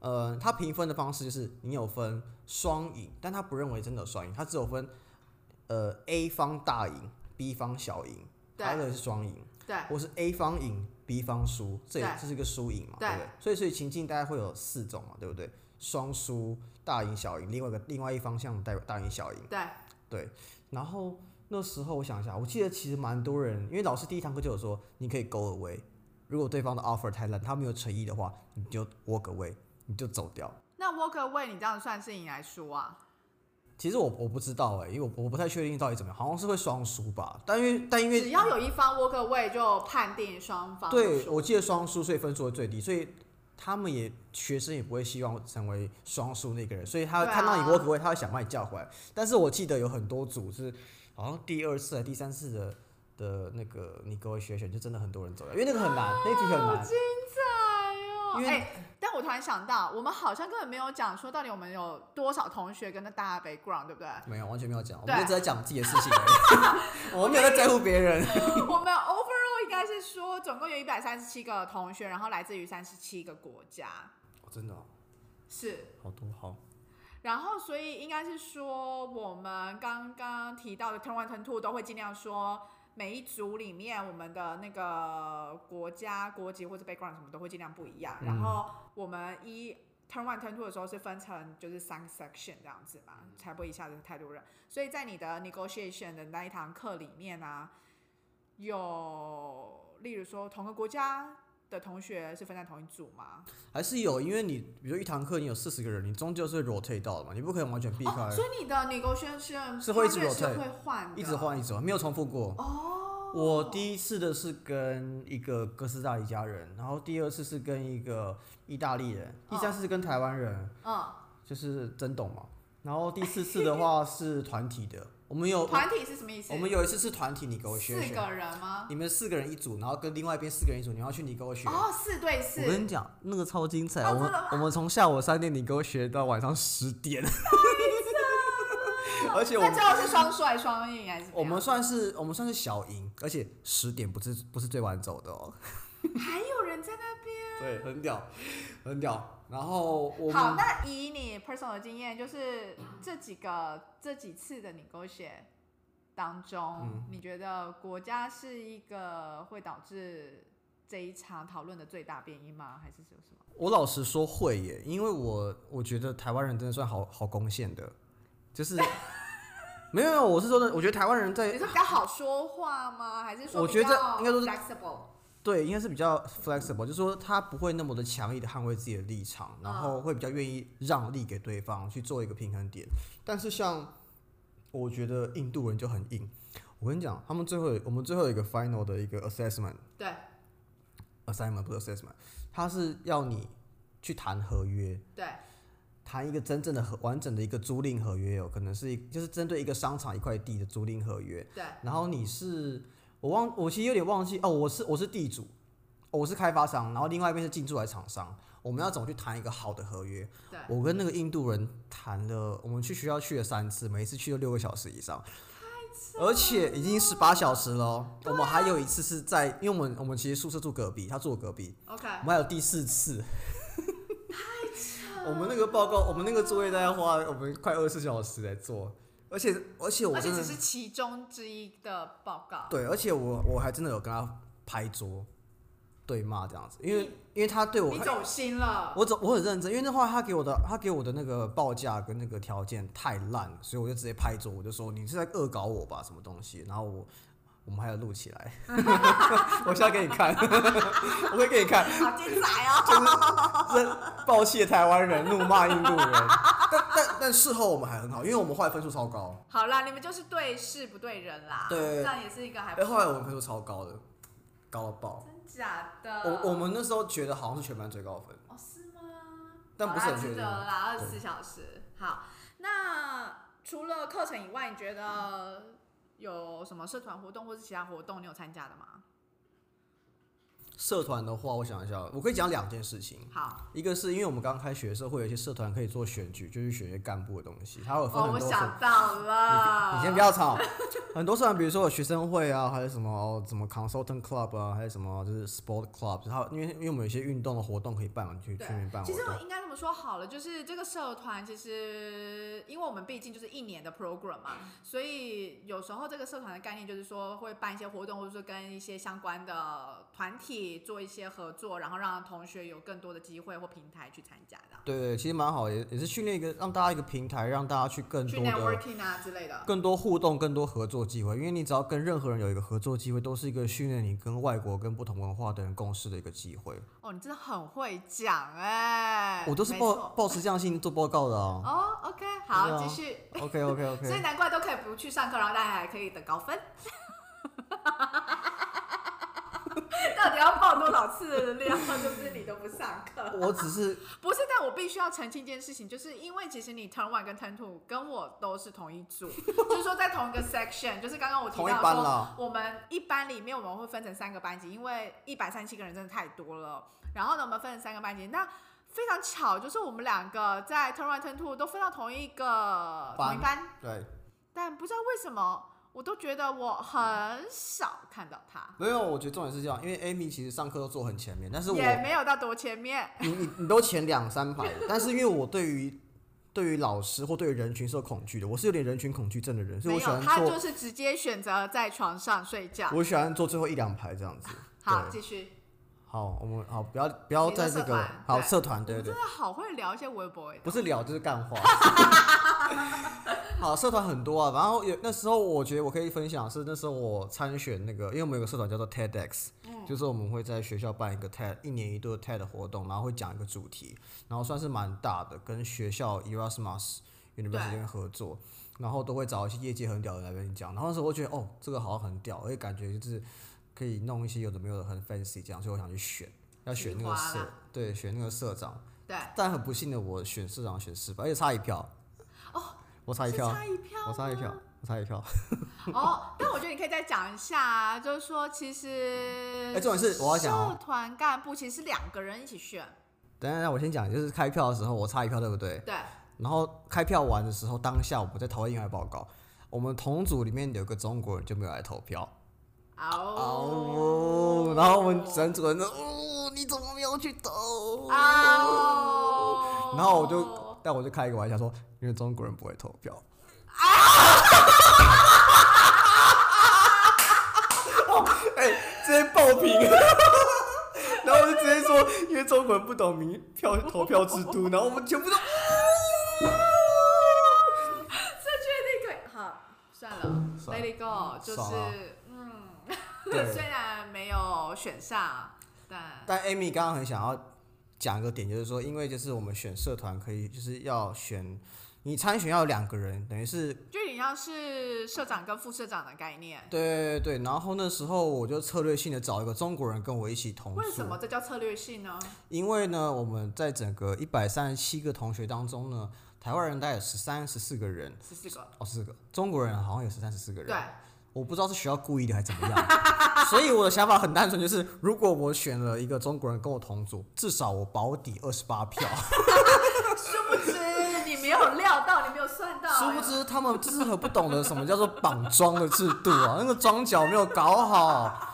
S1: 呃，他评分的方式就是你有分双赢，但他不认为真的有双赢，他只有分呃 A 方大赢，B 方小赢，
S2: 对
S1: 他认为是双赢。
S2: 对
S1: 我是 A 方赢，B 方输，这也
S2: 对
S1: 这是一个输赢嘛，
S2: 对
S1: 对不对？所以所以情境大概会有四种嘛，对不对？双输、大赢、小赢，另外一个另外一方向代表大赢、小赢。
S2: 对，
S1: 然后那时候我想一下，我记得其实蛮多人，因为老师第一堂课就有说，你可以 go away，如果对方的 offer 太烂，他没有诚意的话，你就 walk away，你就走掉。
S2: 那 walk away 你这样算是赢来输啊？
S1: 其实我我不知道哎、因为我我不太确定到底怎么样，好像是会双输吧，但因为但因为
S2: 只要有一方 walk away 就判定双方
S1: 对，
S2: 输
S1: 我记得双输，所以分数会最低，所以他们也学生也不会希望成为双输那个人，所以他
S2: 对啊
S1: 看到你 work away，他会想把你叫回来。但是我记得有很多组是好像第二次还第三次的的那个你各位学选，就真的很多人走掉，因为那个很难，那题很难。
S2: 哎呦，
S1: 因为
S2: 哎、但我突然想到，我们好像根本没有讲说到底我们有多少同学跟大家 background，对不对？
S1: 没有，完全没有讲，我
S2: 对
S1: 们就只在讲自己的事情而 已，我们没有在在乎别人。
S2: 我们 overall 应该是说，总共有一百三十七个同学，然后来自于三十七个国家，
S1: 真的哦、
S2: 是。
S1: 好多好，
S2: 然后，所以应该是说，我们刚刚提到的 turn one turn two 都会尽量说，每一组里面我们的那个国家、国籍或者 background 什么都会尽量不一样。然
S1: 嗯
S2: 后我们一 turn one turn two 的时候是分成就是三个 section 这样子嘛，
S1: 嗯
S2: 才不会一下子太多人。所以在你的 negotiation 的那一堂课里面呢、有例如说同个国家的同学是分在同一组吗？
S1: 还是有，因为你比如一堂课你有四十个人，你终究是会 rotate 到的嘛，你不可能完全避开，
S2: 哦，所以你的 negotiation
S1: 是会一直
S2: period 是
S1: rotate，
S2: 会换的，
S1: 一直换一直换，没有重复过。
S2: 哦。
S1: 我第一次的是跟一个哥斯达黎加人，然后第二次是跟一个意大利人，第三次是跟台湾人，
S2: 嗯，
S1: 就是真懂嘛。然后第四次的话是团体的，我们有
S2: 团体是什么意思？
S1: 我们有一次是团体，你给我学
S2: 四
S1: 学，
S2: 个人吗？
S1: 你们四个人一组，然后跟另外一边四个人一组，你要去你给我学。
S2: 哦，四对四
S1: 我。跟你讲，那个超精彩，
S2: 哦
S1: 我们
S2: 真的吗
S1: 我们从下午三点你给我学到晚上十 点，而且我
S2: 哦那
S1: 们
S2: 最后是双帅双赢还是怎么
S1: 我
S2: 样？
S1: 们算是我们算是小赢，而且十点不是不是最晚走的哦。
S2: 还有人在那边，
S1: 对，很屌，很屌。然后我
S2: 好，
S1: 们
S2: 那以你 personal 的经验，就是这几个这几次的 negotiate 当中，
S1: 嗯
S2: 你觉得国家是一个会导致这一场讨论的最大变因吗？还是有什么？
S1: 我老实说会耶，因为我我觉得台湾人真的算好好攻陷的，就是 没有没有，我是说的，我觉得台湾人
S2: 你
S1: 在
S2: 是比较好说话吗？还是说
S1: 呃我觉得
S2: 比较
S1: 应该说是
S2: flexible？
S1: 对应该是比较 flexible，就是说他不会那么的强硬的捍卫自己的立场，然
S2: 嗯
S1: 后会比较愿意让利给对方去做一个平衡点。但是像我觉得印度人就很硬，我跟你讲，他们最后有我们最后有一个 final 的一个 assessment。
S2: 对
S1: assignment 不是 assessment，它是要你去谈合约，
S2: 对，
S1: 谈一个真正的合完整的一个租赁合约哦，可能是一就是针对一个商场一块地的租赁合约。
S2: 对，
S1: 然后你是我忘，我其实有点忘记哦，我是我是地主、哦我是开发商，然后另外一边是进驻来厂商，我们要怎么去谈一个好的合约？
S2: 对
S1: 我跟那个印度人谈了，我们去学校去了三次，每一次去都六个小时以上，而且已经十八小时了哦。我们还有一次是在，因为我们我们其实宿舍住隔壁，他住我隔壁，
S2: ，OK，
S1: 我们还有第四次。我们那个报告，我们那个作业大概花我们快二十小时来做，而且而且我
S2: 而且
S1: 真的
S2: 只是其中之一的报告。
S1: 对，而且我我还真的有跟他拍桌对骂这样子，因为因为他对我
S2: 你走心了，
S1: 我走我很认真，因为那话他给我的他给我的那个报价跟那个条件太烂了，所以我就直接拍桌，我就说你是在恶搞我吧，什么东西？然后我我们还有录起来， 我现在给你看， 我会给你看，
S2: 好精 彩哦！
S1: 这暴气的台湾人怒骂印度人，但但但事后我们还很好，因为我们后来分数超 高，
S2: 好啦，你们就是对事不对人啦，
S1: 对
S2: 这样也是一个还
S1: 哎、
S2: 不
S1: 后来我
S2: 错。
S1: 们分数超高的，高到爆。
S2: 真假的？
S1: 我我们那时候觉得好像是全班最高分，
S2: 哦是吗？
S1: 但
S2: 好
S1: 不是
S2: 啦
S1: 很
S2: 值
S1: 确
S2: 得
S1: 定
S2: 啦，二
S1: 对
S2: 十四小时。好，那除了课程以外，你觉得有什么社团活动或是其他活动你有参加的吗？
S1: 社团的话，我想一下，我可以讲两件事情。
S2: 好，
S1: 一个是因为我们刚开学的时候，会有一些社团可以做选举，就是选一些干部的东西，它会有分
S2: 哦，
S1: 很
S2: 我
S1: 多社。
S2: 想到了，
S1: 你先不要吵，很多社团，比如说有学生会啊，还有什么哦什么 consultant club 啊，还有什么就是 sport club，然后因为因为我们有一些运动的活动可以办嘛，去去
S2: 对
S1: 那边办活
S2: 其实我
S1: 动。
S2: 应该这么说好了，就是这个社团，其实因为我们毕竟就是一年的 program 嘛，
S1: 嗯
S2: 所以有时候这个社团的概念就是说会办一些活动，或者说跟一些相关的团体做一些合作，然后让同学有更多的机会或平台去参加的，
S1: 对对，其实蛮好，也也是训练一个让大家一个平台，让大家去更
S2: 去
S1: 多的
S2: networking 啊之类的。
S1: 更多互动、更多合作机会，因为你只要跟任何人有一个合作机会，都是一个训练你跟外国、跟不同文化的人共事的一个机会。
S2: 哦，你真的很会讲哎、
S1: 我都是
S2: 没
S1: 抱
S2: 错
S1: 抱持这样的心做报告的啊。
S2: 哦，OK，
S1: 对
S2: 好，
S1: 啊
S2: 继续。
S1: OK OK
S2: 所以
S1: OK，
S2: 难怪都可以不去上课，然后大家还可以等高分。 到底要爆多少次的料？就是你都不上课，
S1: 我只是
S2: 不是？但我必须要澄清一件事情，就是因为其实你 turn one 跟 turn two 跟我都是同一组，就是说在同一个 section，就是刚 刚我提
S1: 同一
S2: 到
S1: 班
S2: 说
S1: 啦。
S2: 我们一班里面我们会分成三个班级，因为一百三七个人真的太多了。然后呢，我们分成三个班级，那非常巧，就是我们两个在 turn one turn two 都分到同一个同一
S1: 班
S2: 班。
S1: 对，
S2: 但不知道为什么，我都觉得我很少看到他，
S1: 没有，我觉得重点是这样，因为 Amy 其实上课都坐很前面，但是我
S2: 也没有到多前面。
S1: 你你你都前两三排，但是因为我对于对于老师或对于人群是有恐惧的，我是有点人群恐惧症的人，所以我
S2: 没
S1: 喜欢
S2: 有，他
S1: 坐
S2: 就是直接选择在床上睡觉。
S1: 我喜欢坐最后一两排这样子。
S2: 好，
S1: 对
S2: 继续。
S1: 好，我们好不要不要
S2: 你说
S1: 在这
S2: 社
S1: 个
S2: 团
S1: 好
S2: 对
S1: 社团
S2: 我
S1: 对
S2: 们
S1: 对
S2: 真。的好会聊一些微博欸，
S1: 不是聊就是干话。 好，社团很多啊，然后有那时候我觉得我可以分享是那时候我参选那个，因为我们有个社团叫做 TEDx，、就是我们会在学校办一个 TED 一年一度的 TED 活动，然后会讲一个主题，然后算是蛮大的，跟学校 Erasmus University 这边合作，然后都会找一些业界很屌的来跟你讲，然后那时候我觉得哦，这个好像很屌，而且感觉就是可以弄一些有的没有的很 fancy 这样，所以我想去选，要选那个
S2: 菊花啦
S1: 社，对，选那个社长。
S2: 对，
S1: 但很不幸的，我选市长选失败，而且差一票。我差一
S2: 哦是
S1: 票，
S2: 差一票，
S1: 我差一票。，我差一票。
S2: 哦，但我觉得你可以再讲一下啊，就是说其实，
S1: 哎重点是我要讲哦
S2: 社团干部其实是两个人一起选，
S1: 等一下，我先讲，就是开票的时候我差一票，对不对？
S2: 对，
S1: 然后开票完的时候，当下我们在投另外报告，我们同组里面有个中国人就没有来投票。
S2: 哦
S1: 哦，然后我们整组人都，哦，你怎么没有去投？
S2: 啊！
S1: 然后我就，但我就开一个玩笑说，因为中国人不会投票。
S2: 啊
S1: 哎、直接爆屏。 然后我就直接说，因为中国人不懂民票投票制度，然后我们全部 都
S2: 这确定可以，好，算了
S1: 嗯算了
S2: ，Let it go，就
S1: 爽啊
S2: 是，嗯，虽
S1: 对。
S2: 然没有选上，但
S1: 但 Amy 刚刚很想要讲一个点，就是说，因为就是我们选社团可以，就是要选你参选要有两个人，等于是
S2: 就有点像是社长跟副社长的概
S1: 哦
S2: 念。
S1: 对对对。然后那时候我就策略性的找一个中国人跟我一起同
S2: 为
S1: 组
S2: 什，么这叫策略性呢？
S1: 因为呢，我们在整个一百三十七个同学当中呢，台湾人大概有十三、十四个人，
S2: 十四个，
S1: 哦，四个，中国人好像有十三、十四个人。
S2: 对，
S1: 我不知道是学校故意的还是怎么样， 所以我的想法很单纯，就是如果我选了一个中国人跟我同组，至少我保底二十八 票。
S2: 殊不知你没有料到，你没有算到，
S1: 殊不知他们就是很不懂得什么叫做绑桩的制度啊，那个桩脚没有搞好，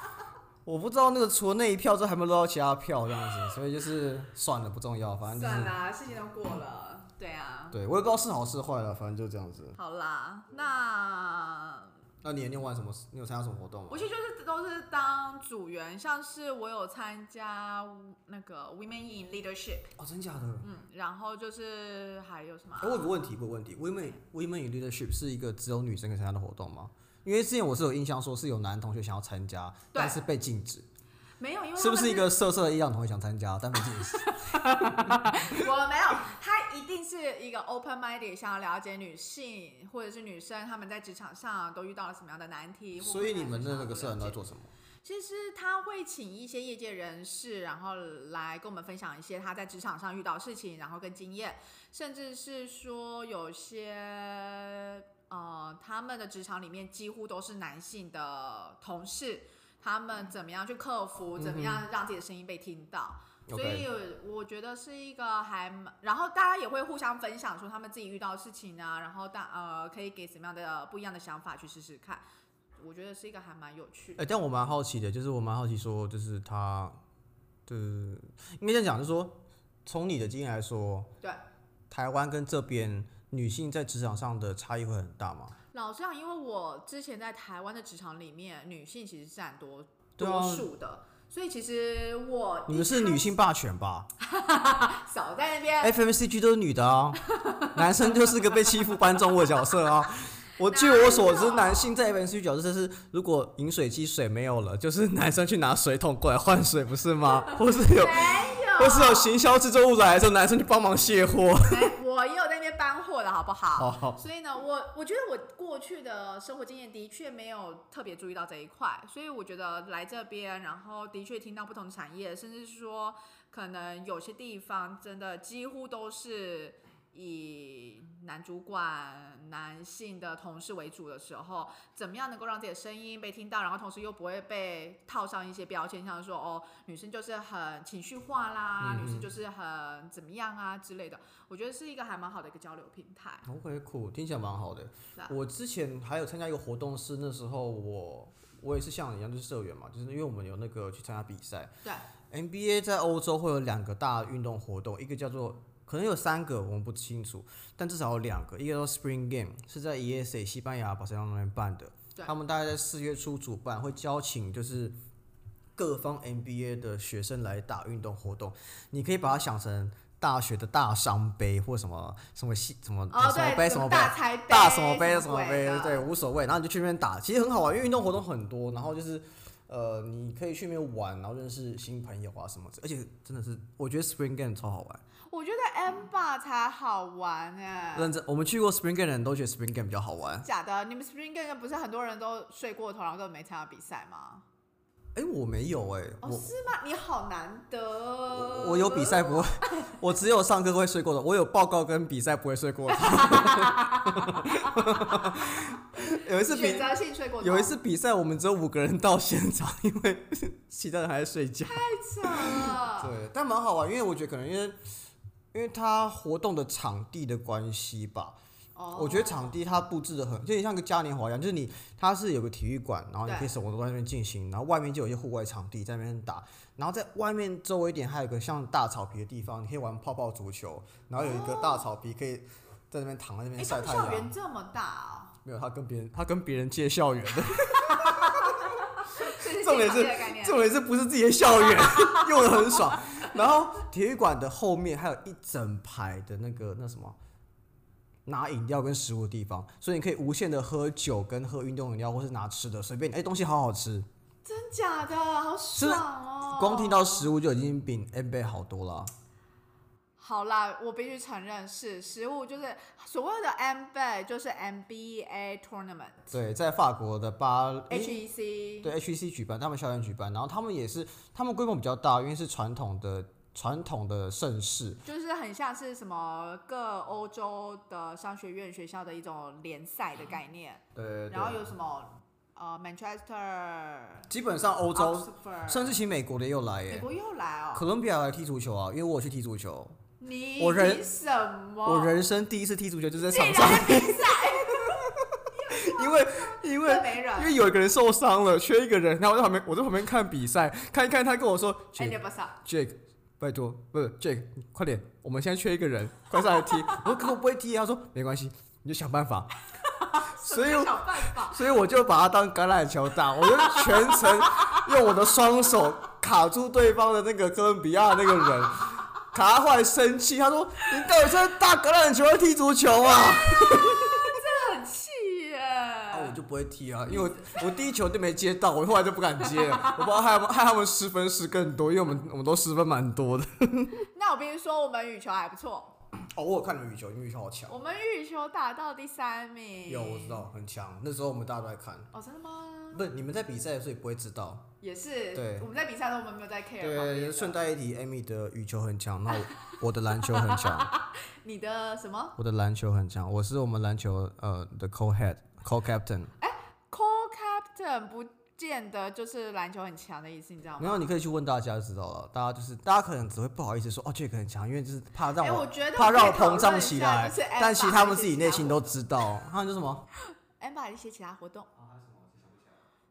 S1: 我不知道那个除了那一票之后还有没有捞到其他票这样子，所以就是算了，不重要，反正就
S2: 算
S1: 是
S2: 啦，事情都过了，对啊，
S1: 对我也不知道是好是坏了，反正就这样子。
S2: 好啦，那
S1: 那你另外什么？你有参加什么活动吗
S2: 我？其实就是都是当组员，像是我有参加那个 Women in Leadership，
S1: 哦，真假的？哎
S2: 嗯，然后就是还有什么啊？
S1: 哦我有个问题，我有个问题，Women Women in Leadership 是一个只有女生可以参加的活动吗？因为之前我是有印象说是有男同学想要参加，但是被禁止，
S2: 没有，因为他
S1: 是不
S2: 们
S1: 是一个色色的伊朗同学想参加，但被禁止？
S2: 我没有，他一定是一个 open minded，想要了解女性或者是女生她们在职场上都遇到了什么样的难 题。
S1: 所以你们的那个社
S2: 社
S1: 团都在做什么？
S2: 其实他会请一些业界人士，然后来跟我们分享一些他在职场上遇到的事情，然后跟经验，甚至是说有些呃，他们的职场里面几乎都是男性的同事，他们怎么样去克服，怎么样让自己的声音被听到。所
S1: OK
S2: 以我觉得是一个还蛮，然后大家也会互相分享说他们自己遇到的事情啊，然后大呃可以给什么样的不一样的想法去试试看，我觉得是一个还蛮有趣的
S1: 哎、。但我蛮好奇的，就是我蛮好奇说，就是他，就是应该这样讲，就是说从你的经验来说，
S2: 对，
S1: 台湾跟这边女性在职场上的差异会很大吗？
S2: 老实讲，因为我之前在台湾的职场里面，女性其实占多
S1: 对啊
S2: 多数的，所以其实我
S1: 你们是女哎性霸权吧
S2: 少在那边。
S1: ？FMCG 都是女的啊，男生就是个被欺负搬重物的角色啊。我据我所
S2: 哪
S1: 知，
S2: 有
S1: 男性在 FMCG 角色就是，如果饮水机水没有了，就是男生去拿水桶过来换水，不是吗？或是有，
S2: 没有，
S1: 或是有行销制作物来的时候，男生去帮忙卸货。
S2: 没哎我也有在那边搬货的好不好？
S1: 好。
S2: 所以呢，我我觉得我过去的生活经验的确没有特别注意到这一块，所以我觉得来这边，然后的确听到不同产业，甚至是说可能有些地方真的几乎都是以男主管、男性的同事为主的时候，怎么样能够让自己的声音被听到，然后同时又不会被套上一些标签，像是说哦，女生就是很情绪化啦，
S1: 嗯嗯
S2: 女生就是很怎么样啊之类的。我觉得是一个还蛮好的一个交流平台。
S1: OK，酷，听起来蛮好的
S2: 是啊。
S1: 我之前还有参加一个活动，是那时候我我也是像你一样，就是社员嘛，就是因为我们有那个去参加比赛。
S2: 对
S1: NBA 在欧洲会有两个大运动活动，一个叫做可能有三个，我们不清楚，但至少有两个，一个叫 Spring Game 是在 ESA 西班牙巴塞罗那那边办的，
S2: 对
S1: 他们大概在四月初主办，会邀请就是各方 NBA 的学生来打运动活动，你可以把它想成。大学的大商杯或什么什么系什么
S2: 哦，
S1: 什么
S2: 对，
S1: 杯什么杯，
S2: 大财杯、
S1: 大什么杯
S2: 杯
S1: 什么杯，对，无所谓。然后你就去那边打，其实很好玩，因为运动活动很多，然后就是呃，你可以去那边玩，然后认识新朋友啊什么之，而且真的是我觉得 Spring Game 超好玩。
S2: 我觉得 M 吧才好玩哎、
S1: 认真，我们去过 Spring Game 的人都觉得 Spring Game 比较好玩。
S2: 假的，你们 Spring Game 不是很多人都睡过头，然后根本没参加比赛吗？
S1: 哎、我没有哎、
S2: 哦，是哦吗？你好难得
S1: 我。我有比赛 不会，我只有上课会睡过头，我有报告跟比赛不会睡 过头。有一次比
S2: 选择性睡过头，
S1: 有一次比赛，我们只有五个人到现场，因为 其他人还在睡觉。
S2: 太扯了。
S1: 对，但蛮好玩，因为我觉得可能因为因为它活动的场地的关系吧，
S2: 哦，
S1: 我觉得场地它布置的很，就像个嘉年华一样，就是你它是有个体育馆，然后你
S2: 对
S1: 可以什么都在那边进行，然后外面就有一些户外场地在那边打，然后在外面周围一点还有一个像大草皮的地方，你可以玩泡泡足球，然后有一个大草皮可以在那边躺在那边
S2: 哎，他
S1: 晒
S2: 们
S1: 太
S2: 校
S1: 阳
S2: 园。这么大啊、
S1: 没有，他跟别人他跟别人借校园的，
S2: 这 是
S1: 重点是
S2: 进场地的概念
S1: 重点是不是自己的校园， 用的很爽。然后体育馆的后面还有一整排的那个那什么。拿饮料跟食物的地方，所以你可以无限的喝酒跟喝运动饮料，或是拿吃的，随便。哎、东西好好吃，
S2: 真假的，好
S1: 是
S2: 爽哦！
S1: 光听到食物就已经比 N 杯好多了。
S2: 好啦，我必须承认是食物，就是所谓的 MBA，就是 MBA tournament，HEC，、
S1: 对，在法国的巴诶
S2: E HEC
S1: 对 HEC 举办，他们校园举办，然后他们也是，他们规模比较大，因为是传统的传统的盛世，
S2: 就是很像是什么各欧洲的商学院学校的一种联赛的概念，
S1: 对对
S2: 然后有什么呃 Manchester、
S1: 基本上欧洲，
S2: Oxford
S1: 甚至其实美国的也有来
S2: 美
S1: 耶，
S2: 国又来哦，
S1: 哥伦啊比亚来踢足球啊，因为我有去踢足球，
S2: 你
S1: 我人
S2: 凭什么？
S1: 我人生第一次踢足球就是在
S2: 竟
S1: 场
S2: 然
S1: 上，
S2: 在比赛，
S1: 因为因为
S2: 这没人
S1: 因，为有一个人受伤了，缺一个人，然后我在旁边我在旁边看比赛，看一看，他跟我说
S2: 哎，你
S1: Jake
S2: 也不上，
S1: Jake，拜托，不是 Jake，你快点，我们现在缺一个人，快上来踢。我说可是我不会踢，他说没关系，你就想办法。 所以
S2: 什么叫想办 法，
S1: 所以我就把他当橄榄球打，我就全程用我的双手卡住对方的那个哥伦比亚的那个人， 卡他后来生气，他说：“你到底是在打橄榄球还是踢足球啊？”
S2: 很气耶！
S1: 啊，我就不会踢啊，因为我我第一球就没接到，我后来就不敢接了，我不知道害他们害他们失分失更多，因为我们我们都失分蛮多的。
S2: 那我必须说，我们羽球还不错，
S1: 哦，我有看你们羽球，你们羽球好强
S2: 我们羽球打到第三名。
S1: 有我知。道很强，那时候我们大家都在看，
S2: 哦，真的吗？
S1: 不是你们在比赛，所以不会知道。
S2: 也是。
S1: 对
S2: 我们在比赛的时候，我们没有在 care 旁边
S1: 对，
S2: 的
S1: 顺带一提，Amy 的羽球很强，那我我的篮球很强，
S2: 你的什么
S1: 我的篮球很强，我是我们篮球呃的 co head co captain。
S2: call captain 不见得就是篮球很强的意思，你知道
S1: 没
S2: 吗？
S1: 有，你可以去问大家就知道了，大家就是大家可能只会不好意思说哦，这个很强，因为就是怕让
S2: 哎，
S1: 我
S2: 我觉得
S1: 怕让
S2: 我
S1: 我
S2: 可以讨论
S1: 膨胀
S2: 一
S1: 起
S2: 下
S1: 来
S2: 就是，哎
S1: 但其实他们自己内心
S2: 都。
S1: 都知道。他们就什么？
S2: amber 一些其他活动。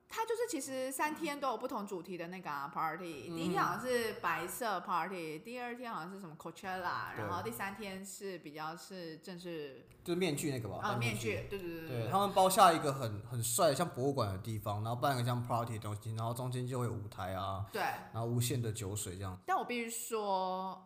S2: 它就是其实三天都有不同主题的那个、啊、party，、第一
S1: 嗯
S2: 天好像是白色 party，第二天好像是什么 Coachella，
S1: 对
S2: 然后第三天是比较是正式
S1: 就是面具那个吧，
S2: 啊
S1: 戴
S2: 面。具，对对对
S1: 对
S2: 对
S1: 他们包下一个很很帅的像博物馆的地方，然后办一个像 party 的东西，然后中间就会有舞台啊，
S2: 对。
S1: 然后无限的酒水这样。
S2: 但我必须说，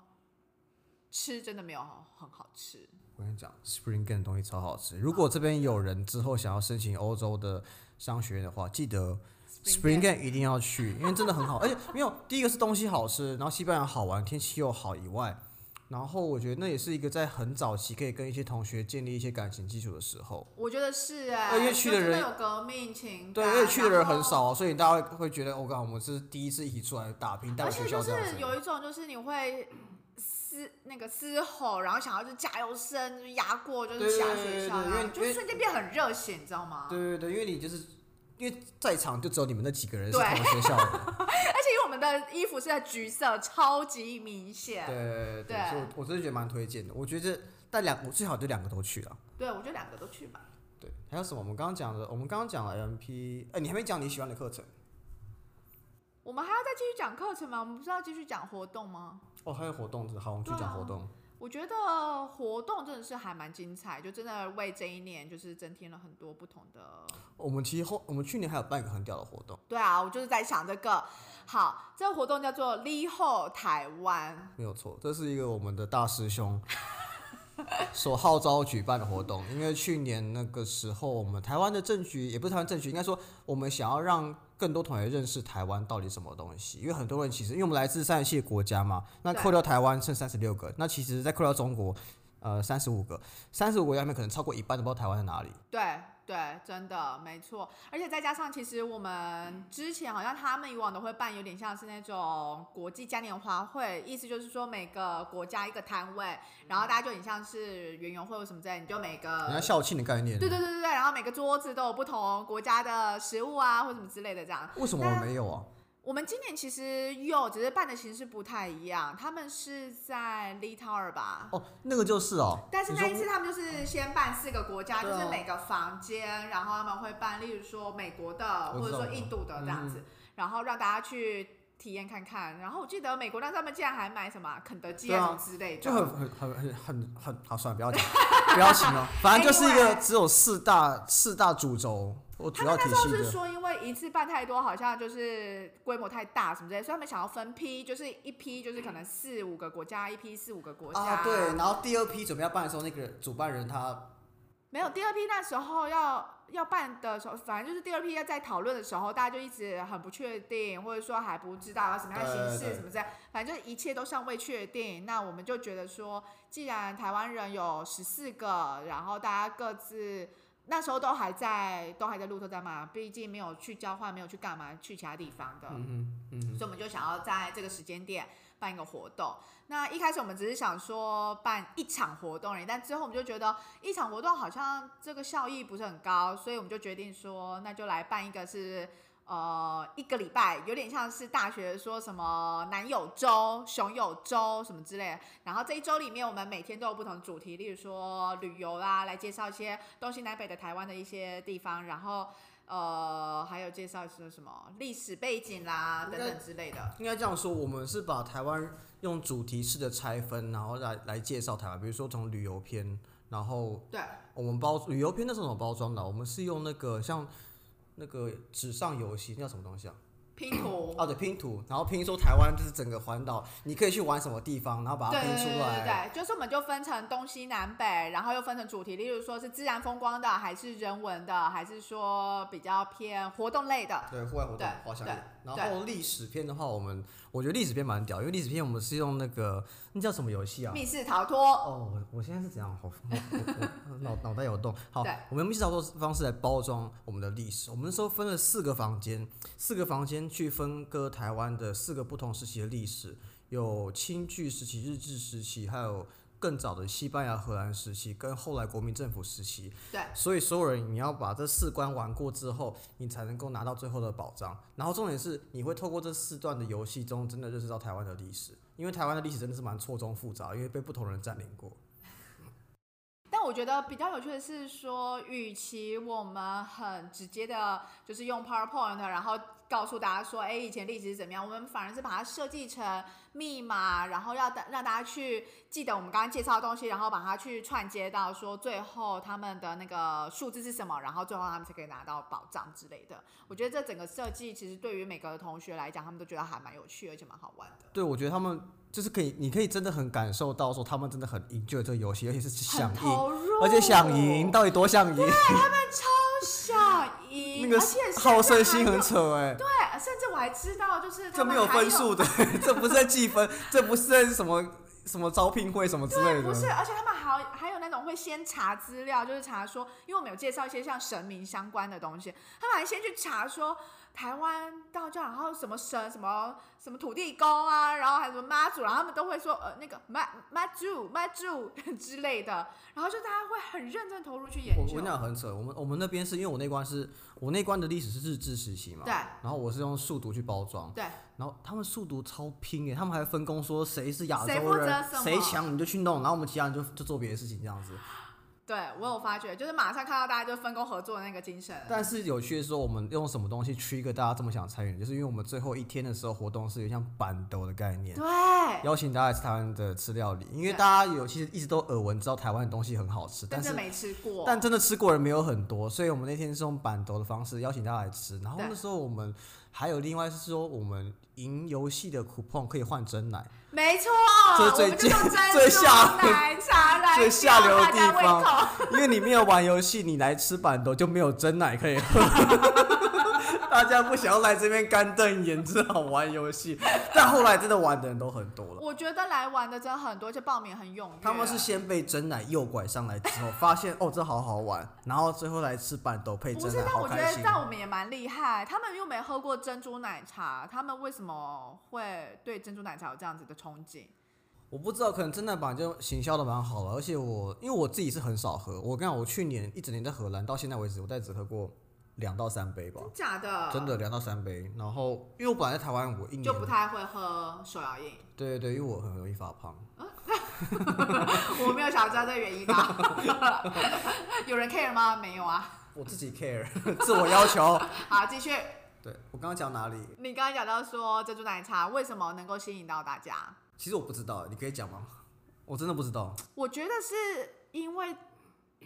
S2: 吃真的没有很好吃，
S1: 我跟你讲，Spring Game 的东西超好吃。如果这边有人之后想要申请欧洲的商学院的话，记得 Spring
S2: Game
S1: Game 一定要 去，因为真的很好，而且没有第一个是东西好吃，然后西班牙好玩，天气又好以外，然后我觉得那也是一个在很早期可以跟一些同学建立一些感情基础的时候。
S2: 我觉得是哎、
S1: 而且去
S2: 就
S1: 的
S2: 真
S1: 人
S2: 有革命情感，
S1: 对，而且去的人很
S2: 然后
S1: 少啊，所以大家会会觉得，我、哦、靠，我们是第一次一起出来打拼，带
S2: 而
S1: 我学
S2: 且
S1: 校
S2: 就
S1: 这样
S2: 是
S1: 子。
S2: 有一种，就是你会嘶那个嘶吼，然后想要就加油声，就压过就是其他
S1: 对对对对
S2: 学校，然后
S1: 因为
S2: 就瞬间变很热血，你知道吗？
S1: 对对对，因为你就是因为在场就只有你们那几个人是
S2: 对
S1: 同学校的，
S2: 而且因为我们的衣服是在橘色，超级明显。
S1: 对对对，
S2: 对
S1: 所以我我真的觉得蛮推荐的。我觉得但两我最好就两个都去了。
S2: 对，我就两个都去吧。
S1: 对，还有什么？我们刚刚讲的，我们刚刚讲了 LMP，哎、你还没讲你喜欢的课程
S2: 我们还要再继续讲课程吗？我们不是要继续讲活动吗？
S1: 哦，还有活动，好，我们去
S2: 啊
S1: 讲活动。
S2: 我觉得活动真的是还蛮精彩，就真的为这一年就是增添了很多不同的
S1: 我们其实后我们去年还有办一个很屌的活动，
S2: 对啊，我就是在想这个。好，这个活动叫做“立后台湾
S1: 没有错，这是一个我们的大师兄 所号召举办的活动。因为去年那个时候，我们台湾的政局也不是台湾政局，应该说我们想要让更多同学认识台湾到底什么东西。因为很多人其实，因为我们来自三十七个国家嘛，那
S2: 对
S1: 扣掉台湾剩三十六个，那其实再扣掉中国，呃，三十五个，三十五个国家里面可能超过一半都不知道台湾在哪里。”。
S2: 对对，真的没错。而且再加上，其实我们之前好像他们以往都会办，有点像是那种国际嘉年华会，意思就是说每个国家一个摊位，然后大家就很像是园游会或什么之类，你就每
S1: 人家
S2: 个。
S1: 校庆的概念。
S2: 呃对对对对对，然后每个桌子都有不同国家的食物啊，或什么之类的这样。
S1: 为什么我们没有啊？
S2: 我们今年其实有，只是办的形式不太一样。他们是在 l i t o r 吧？
S1: 哦，那个就是哦。
S2: 但是
S1: 你
S2: 那
S1: 说
S2: 一次他们就是先办四个国家，就
S1: 对啊
S2: 是每个房间，然后他们会办，例如说美国的，
S1: 我
S2: 或
S1: 知
S2: 者
S1: 道
S2: 说
S1: 我知道嗯
S2: 印度的这样子，然后让大家去体验看看。然后我记得美国那时候他们竟然还买什么肯德基
S1: 对啊
S2: 啊什么之类的，
S1: 就很很很很很很好，算了，不要讲，不要形容，反正就是一 个只有四大四大主轴，我
S2: 他
S1: 主
S2: 们
S1: 要
S2: 那
S1: 体
S2: 时候
S1: 系
S2: 是
S1: 的。
S2: 说，因为一次办太多，好像就是规模太大什么之类的，所以他们想要分批，就是一批就是可能四五个国家，一批四五个国家。
S1: 啊，对，然后第二批准备要办的时候，那个主办人他
S2: 没有第二批那时候要要办的时候，反正就是第二批要在讨论的时候，大家就一直很不确定，或者说还不知道要什么样的形
S1: 对
S2: 式
S1: 对
S2: 什么之类，反正就是一切都尚未确定。那我们就觉得说，既然台湾人有十四个，然后大家各自。那时候都还在，都还在路特在嘛，毕竟没有去交换，没有去干嘛，去其他地方的。
S1: 嗯嗯嗯
S2: 所以我们就想要在这个时间点办一个活动。那一开始我们只是想说办一场活动而已，但之后我们就觉得一场活动好像这个效益不是很高，所以我们就决定说，那就来办一个是。呃，一个礼拜有点像是大学说什么男友周、熊友周什么之类的。然后这一周里面，我们每天都有不同的主题，例如说旅游啦，来介绍一些东西南北的台湾的一些地方，然后呃，还有介绍说什么历史背景
S1: 嗯
S2: 啦等等之类的。
S1: 应该这样说，我们是把台湾用主题式的拆分，然后来来介绍台湾，比如说从旅游篇，然后
S2: 对，
S1: 我们包旅游篇那是怎么包装的？啊我们是用那个像那个纸上游戏，那叫什么东西啊？
S2: 拼图。
S1: 哦，对，拼图，然后拼说台湾就是整个环岛，你可以去玩什么地方，然后把它
S2: 对
S1: 拼
S2: 对
S1: 出
S2: 对
S1: 来。
S2: 对对，就是我们就分成东西南北，然后又分成主题，例如说是自然风光的，还是人文的，还是说比较偏活动类的。
S1: 对，户外活
S2: 对
S1: 动滑翔翼
S2: 对。
S1: 然后历史片的话，我们我觉得历史片蛮屌，因为历史片我们是用那个那叫什么游戏啊？
S2: 密室逃脱，
S1: 哦，我我现在是怎样？我我我我脑脑袋有洞。好
S2: 对，
S1: 我们用密室逃脱方式来包装我们的历史。我们那时候分了四个房间，四个房间去分割台湾的四个不同时期的历史，有清剧时期、日治时期，还有更早的西班牙、荷兰时期，跟后来国民政府时期。
S2: 对，
S1: 所以所有人你要把这四关玩过之后，你才能够拿到最后的宝藏。然后重点是，你会透过这四段的游戏中，真的认识到台湾的历史，因为台湾的历史真的是蛮错综复杂，因为被不同人占领过。
S2: 但我觉得比较有趣的是说，与其我们很直接的，就是用 PowerPoint，然后告诉大家说，哎，以前历史是怎么样，我们反而是把它设计成密码，然后让大让大家去记得我们刚刚介绍的东西，然后把它去串接到说最后他们的那个数字是什么，然后最后他们才可以拿到宝藏之类的。我觉得这整个设计其实对于每个同学来讲，他们都觉得还蛮有趣，而且蛮好玩的。
S1: 对，我觉得他们就是可以，你可以真的很感受到说他们真的很 enjoy 这个游戏，而且是想
S2: 很
S1: 赢，
S2: 投入，
S1: 而且想赢，到底多想赢？
S2: 想赢，
S1: 那个
S2: 而且
S1: 好胜
S2: 甚至还
S1: 心
S2: 有
S1: 很扯哎、
S2: 对，甚至我还知道，就是他
S1: 这
S2: 们
S1: 没有
S2: 还
S1: 分数的， 这不是在计分，这不是在什么什么招聘会什么之类的。
S2: 对，不是，而且他们还有还有那种会先查资料，就是查说，因为我们有介绍一些像神明相关的东西，他们还先去查说台湾道教，然后什么神什么什么土地公啊，然后还有什么妈祖，然后他们都会说呃那个妈妈祖妈祖 之类的，然后就大家会很认真投入去研
S1: 我我
S2: 究
S1: 跟你，讲很扯，我们我们那边是因为我那关是我那关的历史是日治时期嘛，
S2: 对
S1: 然后我是用数独去包装，
S2: 对，
S1: 然后他们数独超拼欸诶，他们还分工说谁是亚
S2: 谁
S1: 洲
S2: 负责
S1: 人
S2: 什，么
S1: 谁强你就去弄，然后我们其他人就就做别的事情这样子。
S2: 对我有发觉，就是马上看到大家就分工合作的那个精神，
S1: 但是有趣的是，我们用什么东西 trigger 大家这么想参与，就是因为我们最后一天的时候活动是有点像板斗的概念。
S2: 对，
S1: 邀请大家来吃台湾的吃料理，因为
S2: 对
S1: 大家有其实一直都耳闻知道台湾的东西很好吃，但
S2: 真
S1: 是
S2: 的没吃过，
S1: 但真的吃过的人没有很多，所以我们那天是用板头的方式邀请大家来吃。然后
S2: 对
S1: 那时候我们还有另外是说，我们赢游戏的 coupon 可以换真奶，
S2: 没错，
S1: 这是最
S2: 我们就用珍珠
S1: 最下
S2: 奶 茶来
S1: 最下流的
S2: 吊大家胃
S1: 地
S2: 口。
S1: 因为你没有玩游戏，你来吃板头就没有真奶可以喝。 大家不想要来这边干瞪眼，只好玩游戏。但后来真的玩的人都很多了。
S2: 我觉得来玩的真的很多，而且报名很踊跃。
S1: 他们是先被真奶诱拐上来之后，发现哦这好好玩，然后最后来吃板豆配
S2: 不
S1: 真
S2: 是
S1: 奶，？
S2: 但
S1: 好
S2: 我觉
S1: 开
S2: 得
S1: 心。哦
S2: 但我们也蛮厉害，他们又没喝过珍珠奶茶，他们为什么会对珍珠奶茶有这样子的憧憬？
S1: 我不知道，可能真的版就行销的蛮好了，而且我因为我自己是很少喝，我跟你讲，我去年一整年在荷兰，到现在为止，我大概只喝过两到三杯吧，
S2: 真假的？
S1: 真的两到三杯。然后因为我本来在台湾，我一年
S2: 就不太会喝手摇饮，
S1: 对对对，因为我很容易发胖。
S2: 我没有想要知道这个原因啊。 有人 care 吗？没有啊。
S1: 我自己 care，自 我要求。
S2: 好，继续。
S1: 对我刚刚讲哪里？
S2: 你刚刚讲到说珍珠奶茶为什么能够吸引到大家？
S1: 其实我不知道，你可以讲吗？我真的不知道。
S2: 我觉得是因为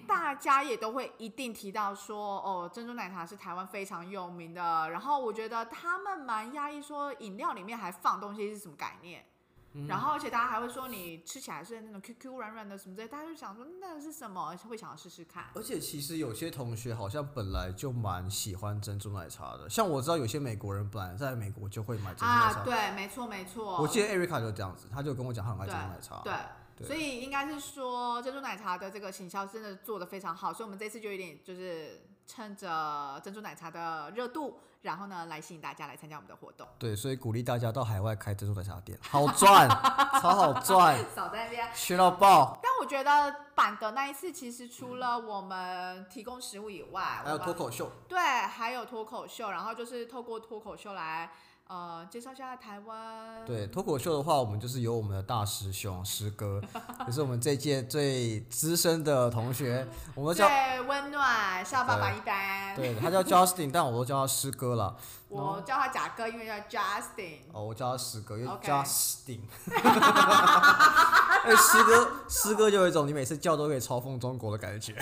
S2: 大家也都会一定提到说，哦，珍珠奶茶是台湾非常有名的。然后我觉得他们蛮压抑，说饮料里面还放东西是什么概念。
S1: 嗯
S2: 然后，而且大家还会说你吃起来是那种 QQ 软软的什么之类，大家就想说那是什么，会想要试试看。
S1: 而且其实有些同学好像本来就蛮喜欢珍珠奶茶的，像我知道有些美国人本来在美国就会买珍珠奶
S2: 啊，
S1: 茶。
S2: 对，没错，没错。
S1: 我记得 Erica 就这样子，她就跟我讲她很爱珍珠奶茶。
S2: 对，
S1: 对
S2: 所以应该是说珍珠奶茶的这个行销真的做的非常好，所以我们这次就有点就是趁着珍珠奶茶的热度，然后呢来吸引大家来参加我们的活动。
S1: 对所以鼓励大家到海外开 珍珠奶茶店，好 赚，超好赚，
S2: 少在那边。
S1: 学到爆。
S2: 但我觉得板的那一次，其实除了我们提供食物以外，
S1: 还有
S2: 我们
S1: 脱口秀，
S2: 对，还有脱口秀，然后就是透过脱口秀来呃介绍一下台湾。
S1: 对脱口秀的话，我们就是由我们的大师兄师 哥，也是我们这届最资深的同学，我们叫
S2: 最温暖，像爸爸一般。
S1: 对他叫 Justin，但我都叫他师哥了。
S2: 我叫他贾哥，因为叫 Justin。
S1: 哦，我叫他师哥，因为
S2: OK
S1: 叫他 Justin。哎，师哥，师哥就有一种你每次叫都可以嘲讽中国的感觉。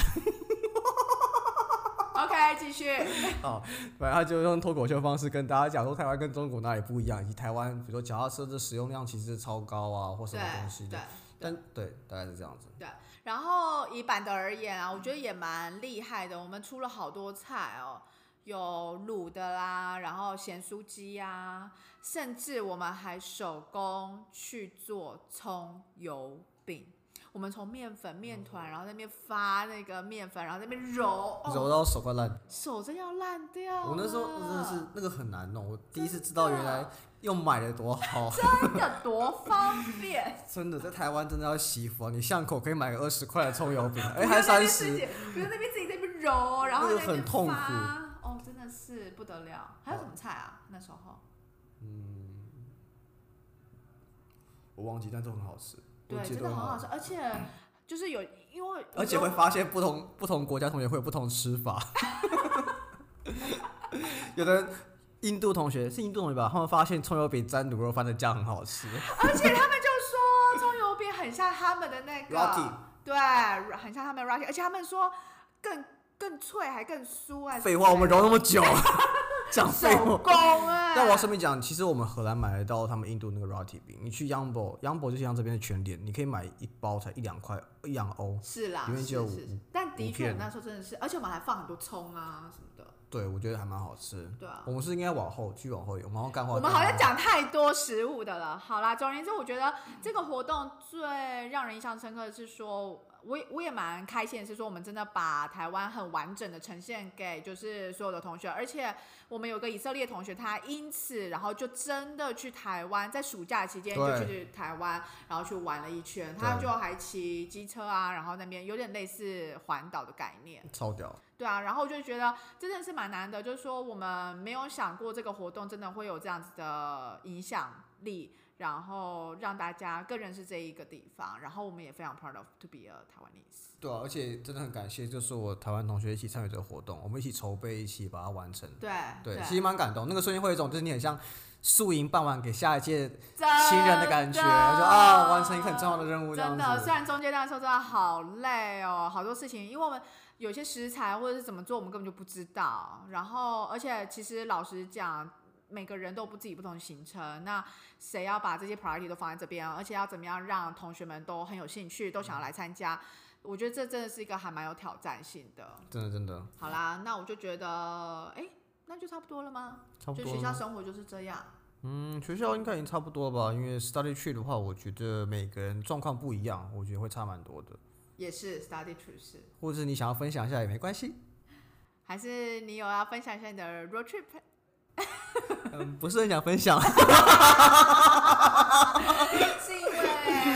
S2: OK，继续。
S1: 反正他就用脱口秀方式跟大家讲说台湾跟中国哪里不一样，以及台湾比如说脚踏车的使用量其实是超高啊，或什
S2: 对
S1: 么东西
S2: 对
S1: 的。。但对，大概是这样子。
S2: 然后以板德而言啊，我觉得也蛮厉害的。我们出了好多菜哦，有卤的啦，然后咸酥鸡啊，甚至我们还手工去做葱油饼。我们从面粉、面团，然后在那边发那个面粉，然后在那边揉，
S1: 揉
S2: 哦、
S1: 到手快烂掉
S2: 手真要烂掉了。
S1: 我那时候真的是那个很难哦弄，我第一次知道原来用买的多好，
S2: 真的多方便，
S1: 真的在台湾真的要惜福啊！你巷口可以买个二十块的葱油饼， 哎、
S2: 不
S1: 还
S2: 用在那
S1: 三
S2: 边自
S1: 十
S2: 己，，不用在那边自己在那边揉，然后
S1: 那个
S2: 在边
S1: 很痛苦
S2: 发哦，真的是不得了。还有什么菜啊？那时候
S1: 我忘记，但是很好吃，
S2: 对，
S1: 我记
S2: 真
S1: 得
S2: 的很好吃，
S1: 吃。
S2: 而且就是有因为
S1: 而且会
S2: 我
S1: 发现不同不同国家同学会有不同吃法， 有的印度同学是印度同学吧，他们发现葱油饼沾卤肉饭的酱很好吃，
S2: 而 且他们就说葱油饼很像他们的那个
S1: Rocky
S2: 对，啊很像他们的 Rocky，而且他们说更更脆还更酥啊。
S1: 废话，我们揉那么 久，讲废话。
S2: 手工哎、
S1: 啊但我要顺便讲，其实我们荷兰买得到他们印度那个 Roti 饼，你去 Yumbo，Yumbo 就是像这边的全联，你可以买一包才一两块，一两欧。
S2: 是啦，
S1: 里面
S2: 是
S1: 就有
S2: 是
S1: 五
S2: 是但的
S1: 五
S2: 确
S1: 片
S2: 那时候真的是，而且我们还放很多葱啊什么的，
S1: 对，我觉得还蛮好吃。
S2: 对啊。
S1: 我们是应该往后继续往后有，我们要干话。
S2: 我们好像，讲太多食物的了。好啦，总而言之，我觉得这个活动最让人印象深刻的是说，我也我也蛮开心的是说，我们真的把台湾很完整的呈现给就是所有的同学，而且我们有个以色列同学，他因此然后就真的去台湾，在暑假期间就
S1: 对
S2: 去台湾，然后去玩了一圈，他
S1: 对
S2: 就还骑机车啊，然后那边有点类似环岛的概念。
S1: 超屌，
S2: 对啊，然后我就觉得真的是蛮难的，就是说我们没有想过这个活动真的会有这样子的影响力，然后让大家更认识这一个地方，然后我们也非常 proud of to be a Taiwanese。
S1: 对啊，而且真的很感谢，就是我台湾同学一起参与这个活动，我们一起筹备，一起把它完成。
S2: 对啊
S1: 对，其实蛮感动，那个瞬间会有一种就是你很像宿营办完给下一届
S2: 亲
S1: 新人的感觉，就啊完成一个很重要的任务这
S2: 真
S1: 样
S2: 的，
S1: 子
S2: 虽。然中间那时候真的好累哦，好多事情，因为我们有些食材或者是怎么做，我们根本就不知道。然后，而且其实老实讲，每个人都有不自己不同的行程，那谁要把这些 priority 都放在这边，而且要怎么样让同学们都很有兴趣，都想要来参
S1: 嗯
S2: 加。我觉得这真的是一个还蛮有挑战性的。
S1: 真的真的，
S2: 好啦，那我就觉得，哎、那就差不多了吗？
S1: 差不
S2: 就
S1: 多
S2: 学
S1: 了
S2: 校
S1: 吗。
S2: 生活就是这样。
S1: 嗯，学校应该已经差不多了吧？因为 study trip 的话，我觉得每个人状况不一样，我觉得会差蛮多的。
S2: 也是 study trip 是，
S1: 或者是你想要分享一下也没关系。
S2: 还是你有要分享一下你的 road trip
S1: 嗯，不是很想分享。
S2: 是因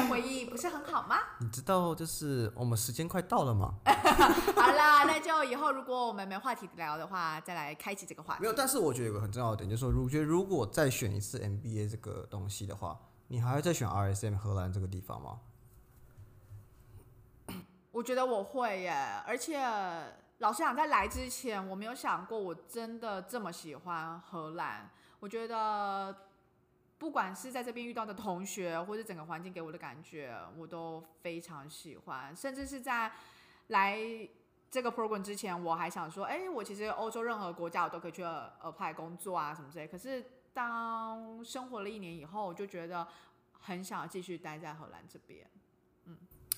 S2: 为回忆不不是很好吗？
S1: 你知道，就是我们时间快到了嘛？
S2: 好啦，那就以后如果我们没话题聊的话，再来开启这个话题。
S1: 没有，但是我觉得有个很重要的点，就是说，我觉得如果再选一次 MBA 这个东西的话，你还会再选 RSM 荷兰这个地方吗？
S2: 我觉得我会耶，而且老实讲，在来之前我没有想过我真的这么喜欢荷兰。我觉得不管是在这边遇到的同学，或是整个环境给我的感觉，我都非常喜欢。甚至是在来这个 program 之前，我还想说，哎，我其实欧洲任何国家我都可以去 apply 工作啊什么之类。可是当生活了一年以后，我就觉得很想继续待在荷兰这边。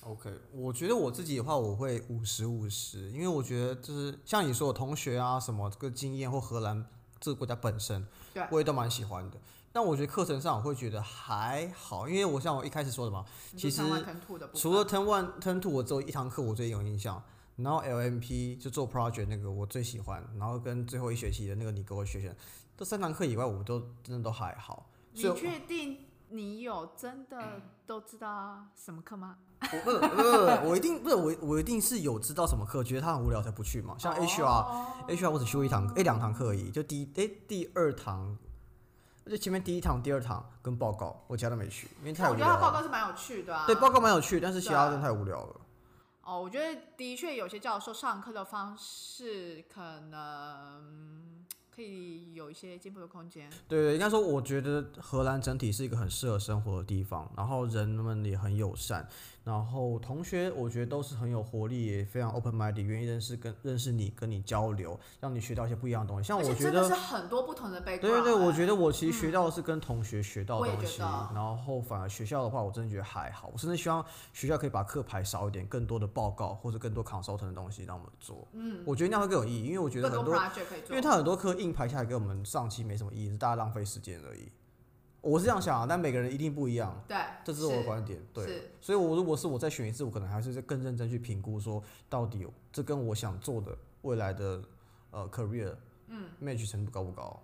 S1: OK，我觉得我自己的话，我会五十五十，因为我觉得就是像你说，我同学啊什么这个经验或荷兰这个国家本身，
S2: 对
S1: 我也都蛮喜欢的。但我觉得课程上我会觉得还好，因为我像我一开始说的嘛，
S2: 你
S1: 其
S2: 说
S1: 实
S2: 上万坑吐的部分
S1: 除了 Turn One、Turn Two，我只有一堂课我最有印象，然后 LMP 就做 project 那个我最喜欢，然后跟最后一学期的那个你给我学选，这三堂课以外，我都真的都还好。所以
S2: 你
S1: 我
S2: 确定你有真的都知道什么课吗？
S1: 我不是不是不是，我一定不是我我一定是有知道什么课，觉得它很无聊才不去嘛。
S2: 哦
S1: 像 HR、HR 我只修一堂，诶，两堂课而已，就第一诶，第二堂，就前面第一堂、第二堂跟报告，嗯我其他都没去，因为
S2: 但
S1: 太
S2: 我
S1: 无
S2: 觉得
S1: 聊
S2: 他哦报
S1: 了。
S2: 告是蛮有趣的啊。
S1: 对，报告蛮有趣，但是其他
S2: 对
S1: 真的太无聊了。
S2: 哦，我觉得的确有些教授上课的方式可能可以有一些进步的空间。
S1: 对对，应该说，我觉得荷兰整体是一个很适合生活的地方，然后人们也很友善，然后同学我觉得都是很有活力，也非常 open mind，愿意认识跟认识你，跟你交流，让你学到一些不一样的东西。像
S2: 而
S1: 我
S2: 且
S1: 觉
S2: 真
S1: 得
S2: 的是，很多不同的 background 欸。
S1: 对对对，我觉
S2: 得
S1: 得我其实学到的是跟同学学到
S2: 我
S1: 的
S2: 也
S1: 东
S2: 觉
S1: 西，
S2: 得
S1: 然后反而学校的话，我真的觉得还好。我甚至希望学校可以把课排少一点，更多的报告或者更多 consultant 的东西让我们做。嗯，我觉得那样会更有意义，因为我觉得
S2: 更
S1: 很
S2: 多
S1: 多
S2: project 可以
S1: 因
S2: 做
S1: 为。他很多课硬排下来给我们上期没什么意义，是大家浪费时间而已。我是这样想啊，但每个人一定不一样，
S2: 对，
S1: 这是我的观点。对
S2: 是，
S1: 所以我如果是我再选一次，我可能还是更认真去评估，说到底有这跟我想做的未来的呃 career，嗯，match 程度高不高？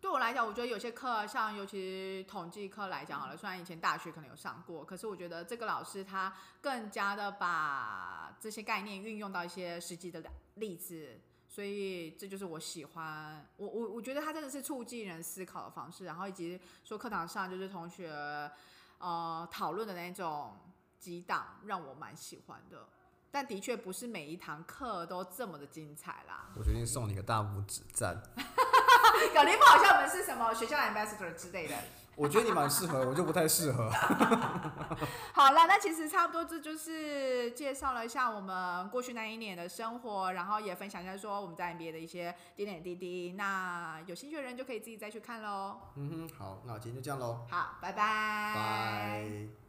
S2: 对我来讲，我觉得有些课，像尤其统计课来讲好了，虽然以前大学可能有上过，可是我觉得这个老师他更加的把这些概念运用到一些实际的例子，所以这就是我喜欢我我我觉得他真的是促进人思考的方式，然后以及说课堂上就是同学呃讨论的那种激荡，让我蛮喜欢的。但的确不是每一堂课都这么的精彩啦。
S1: 我决定送你个大拇指赞。
S2: 搞得不好像我们是什么学校 ambassador 之类的。
S1: 我觉得你蛮适合，我就不太适合。
S2: 好了，那其实差不多，这就是介绍了一下我们过去那一年的生活，然后也分享一下说我们在 NBA 的一些点点滴滴。那有兴趣的人就可以自己再去看喽。
S1: 嗯哼，好，那今天就这样喽，
S2: 好，拜拜。
S1: 拜。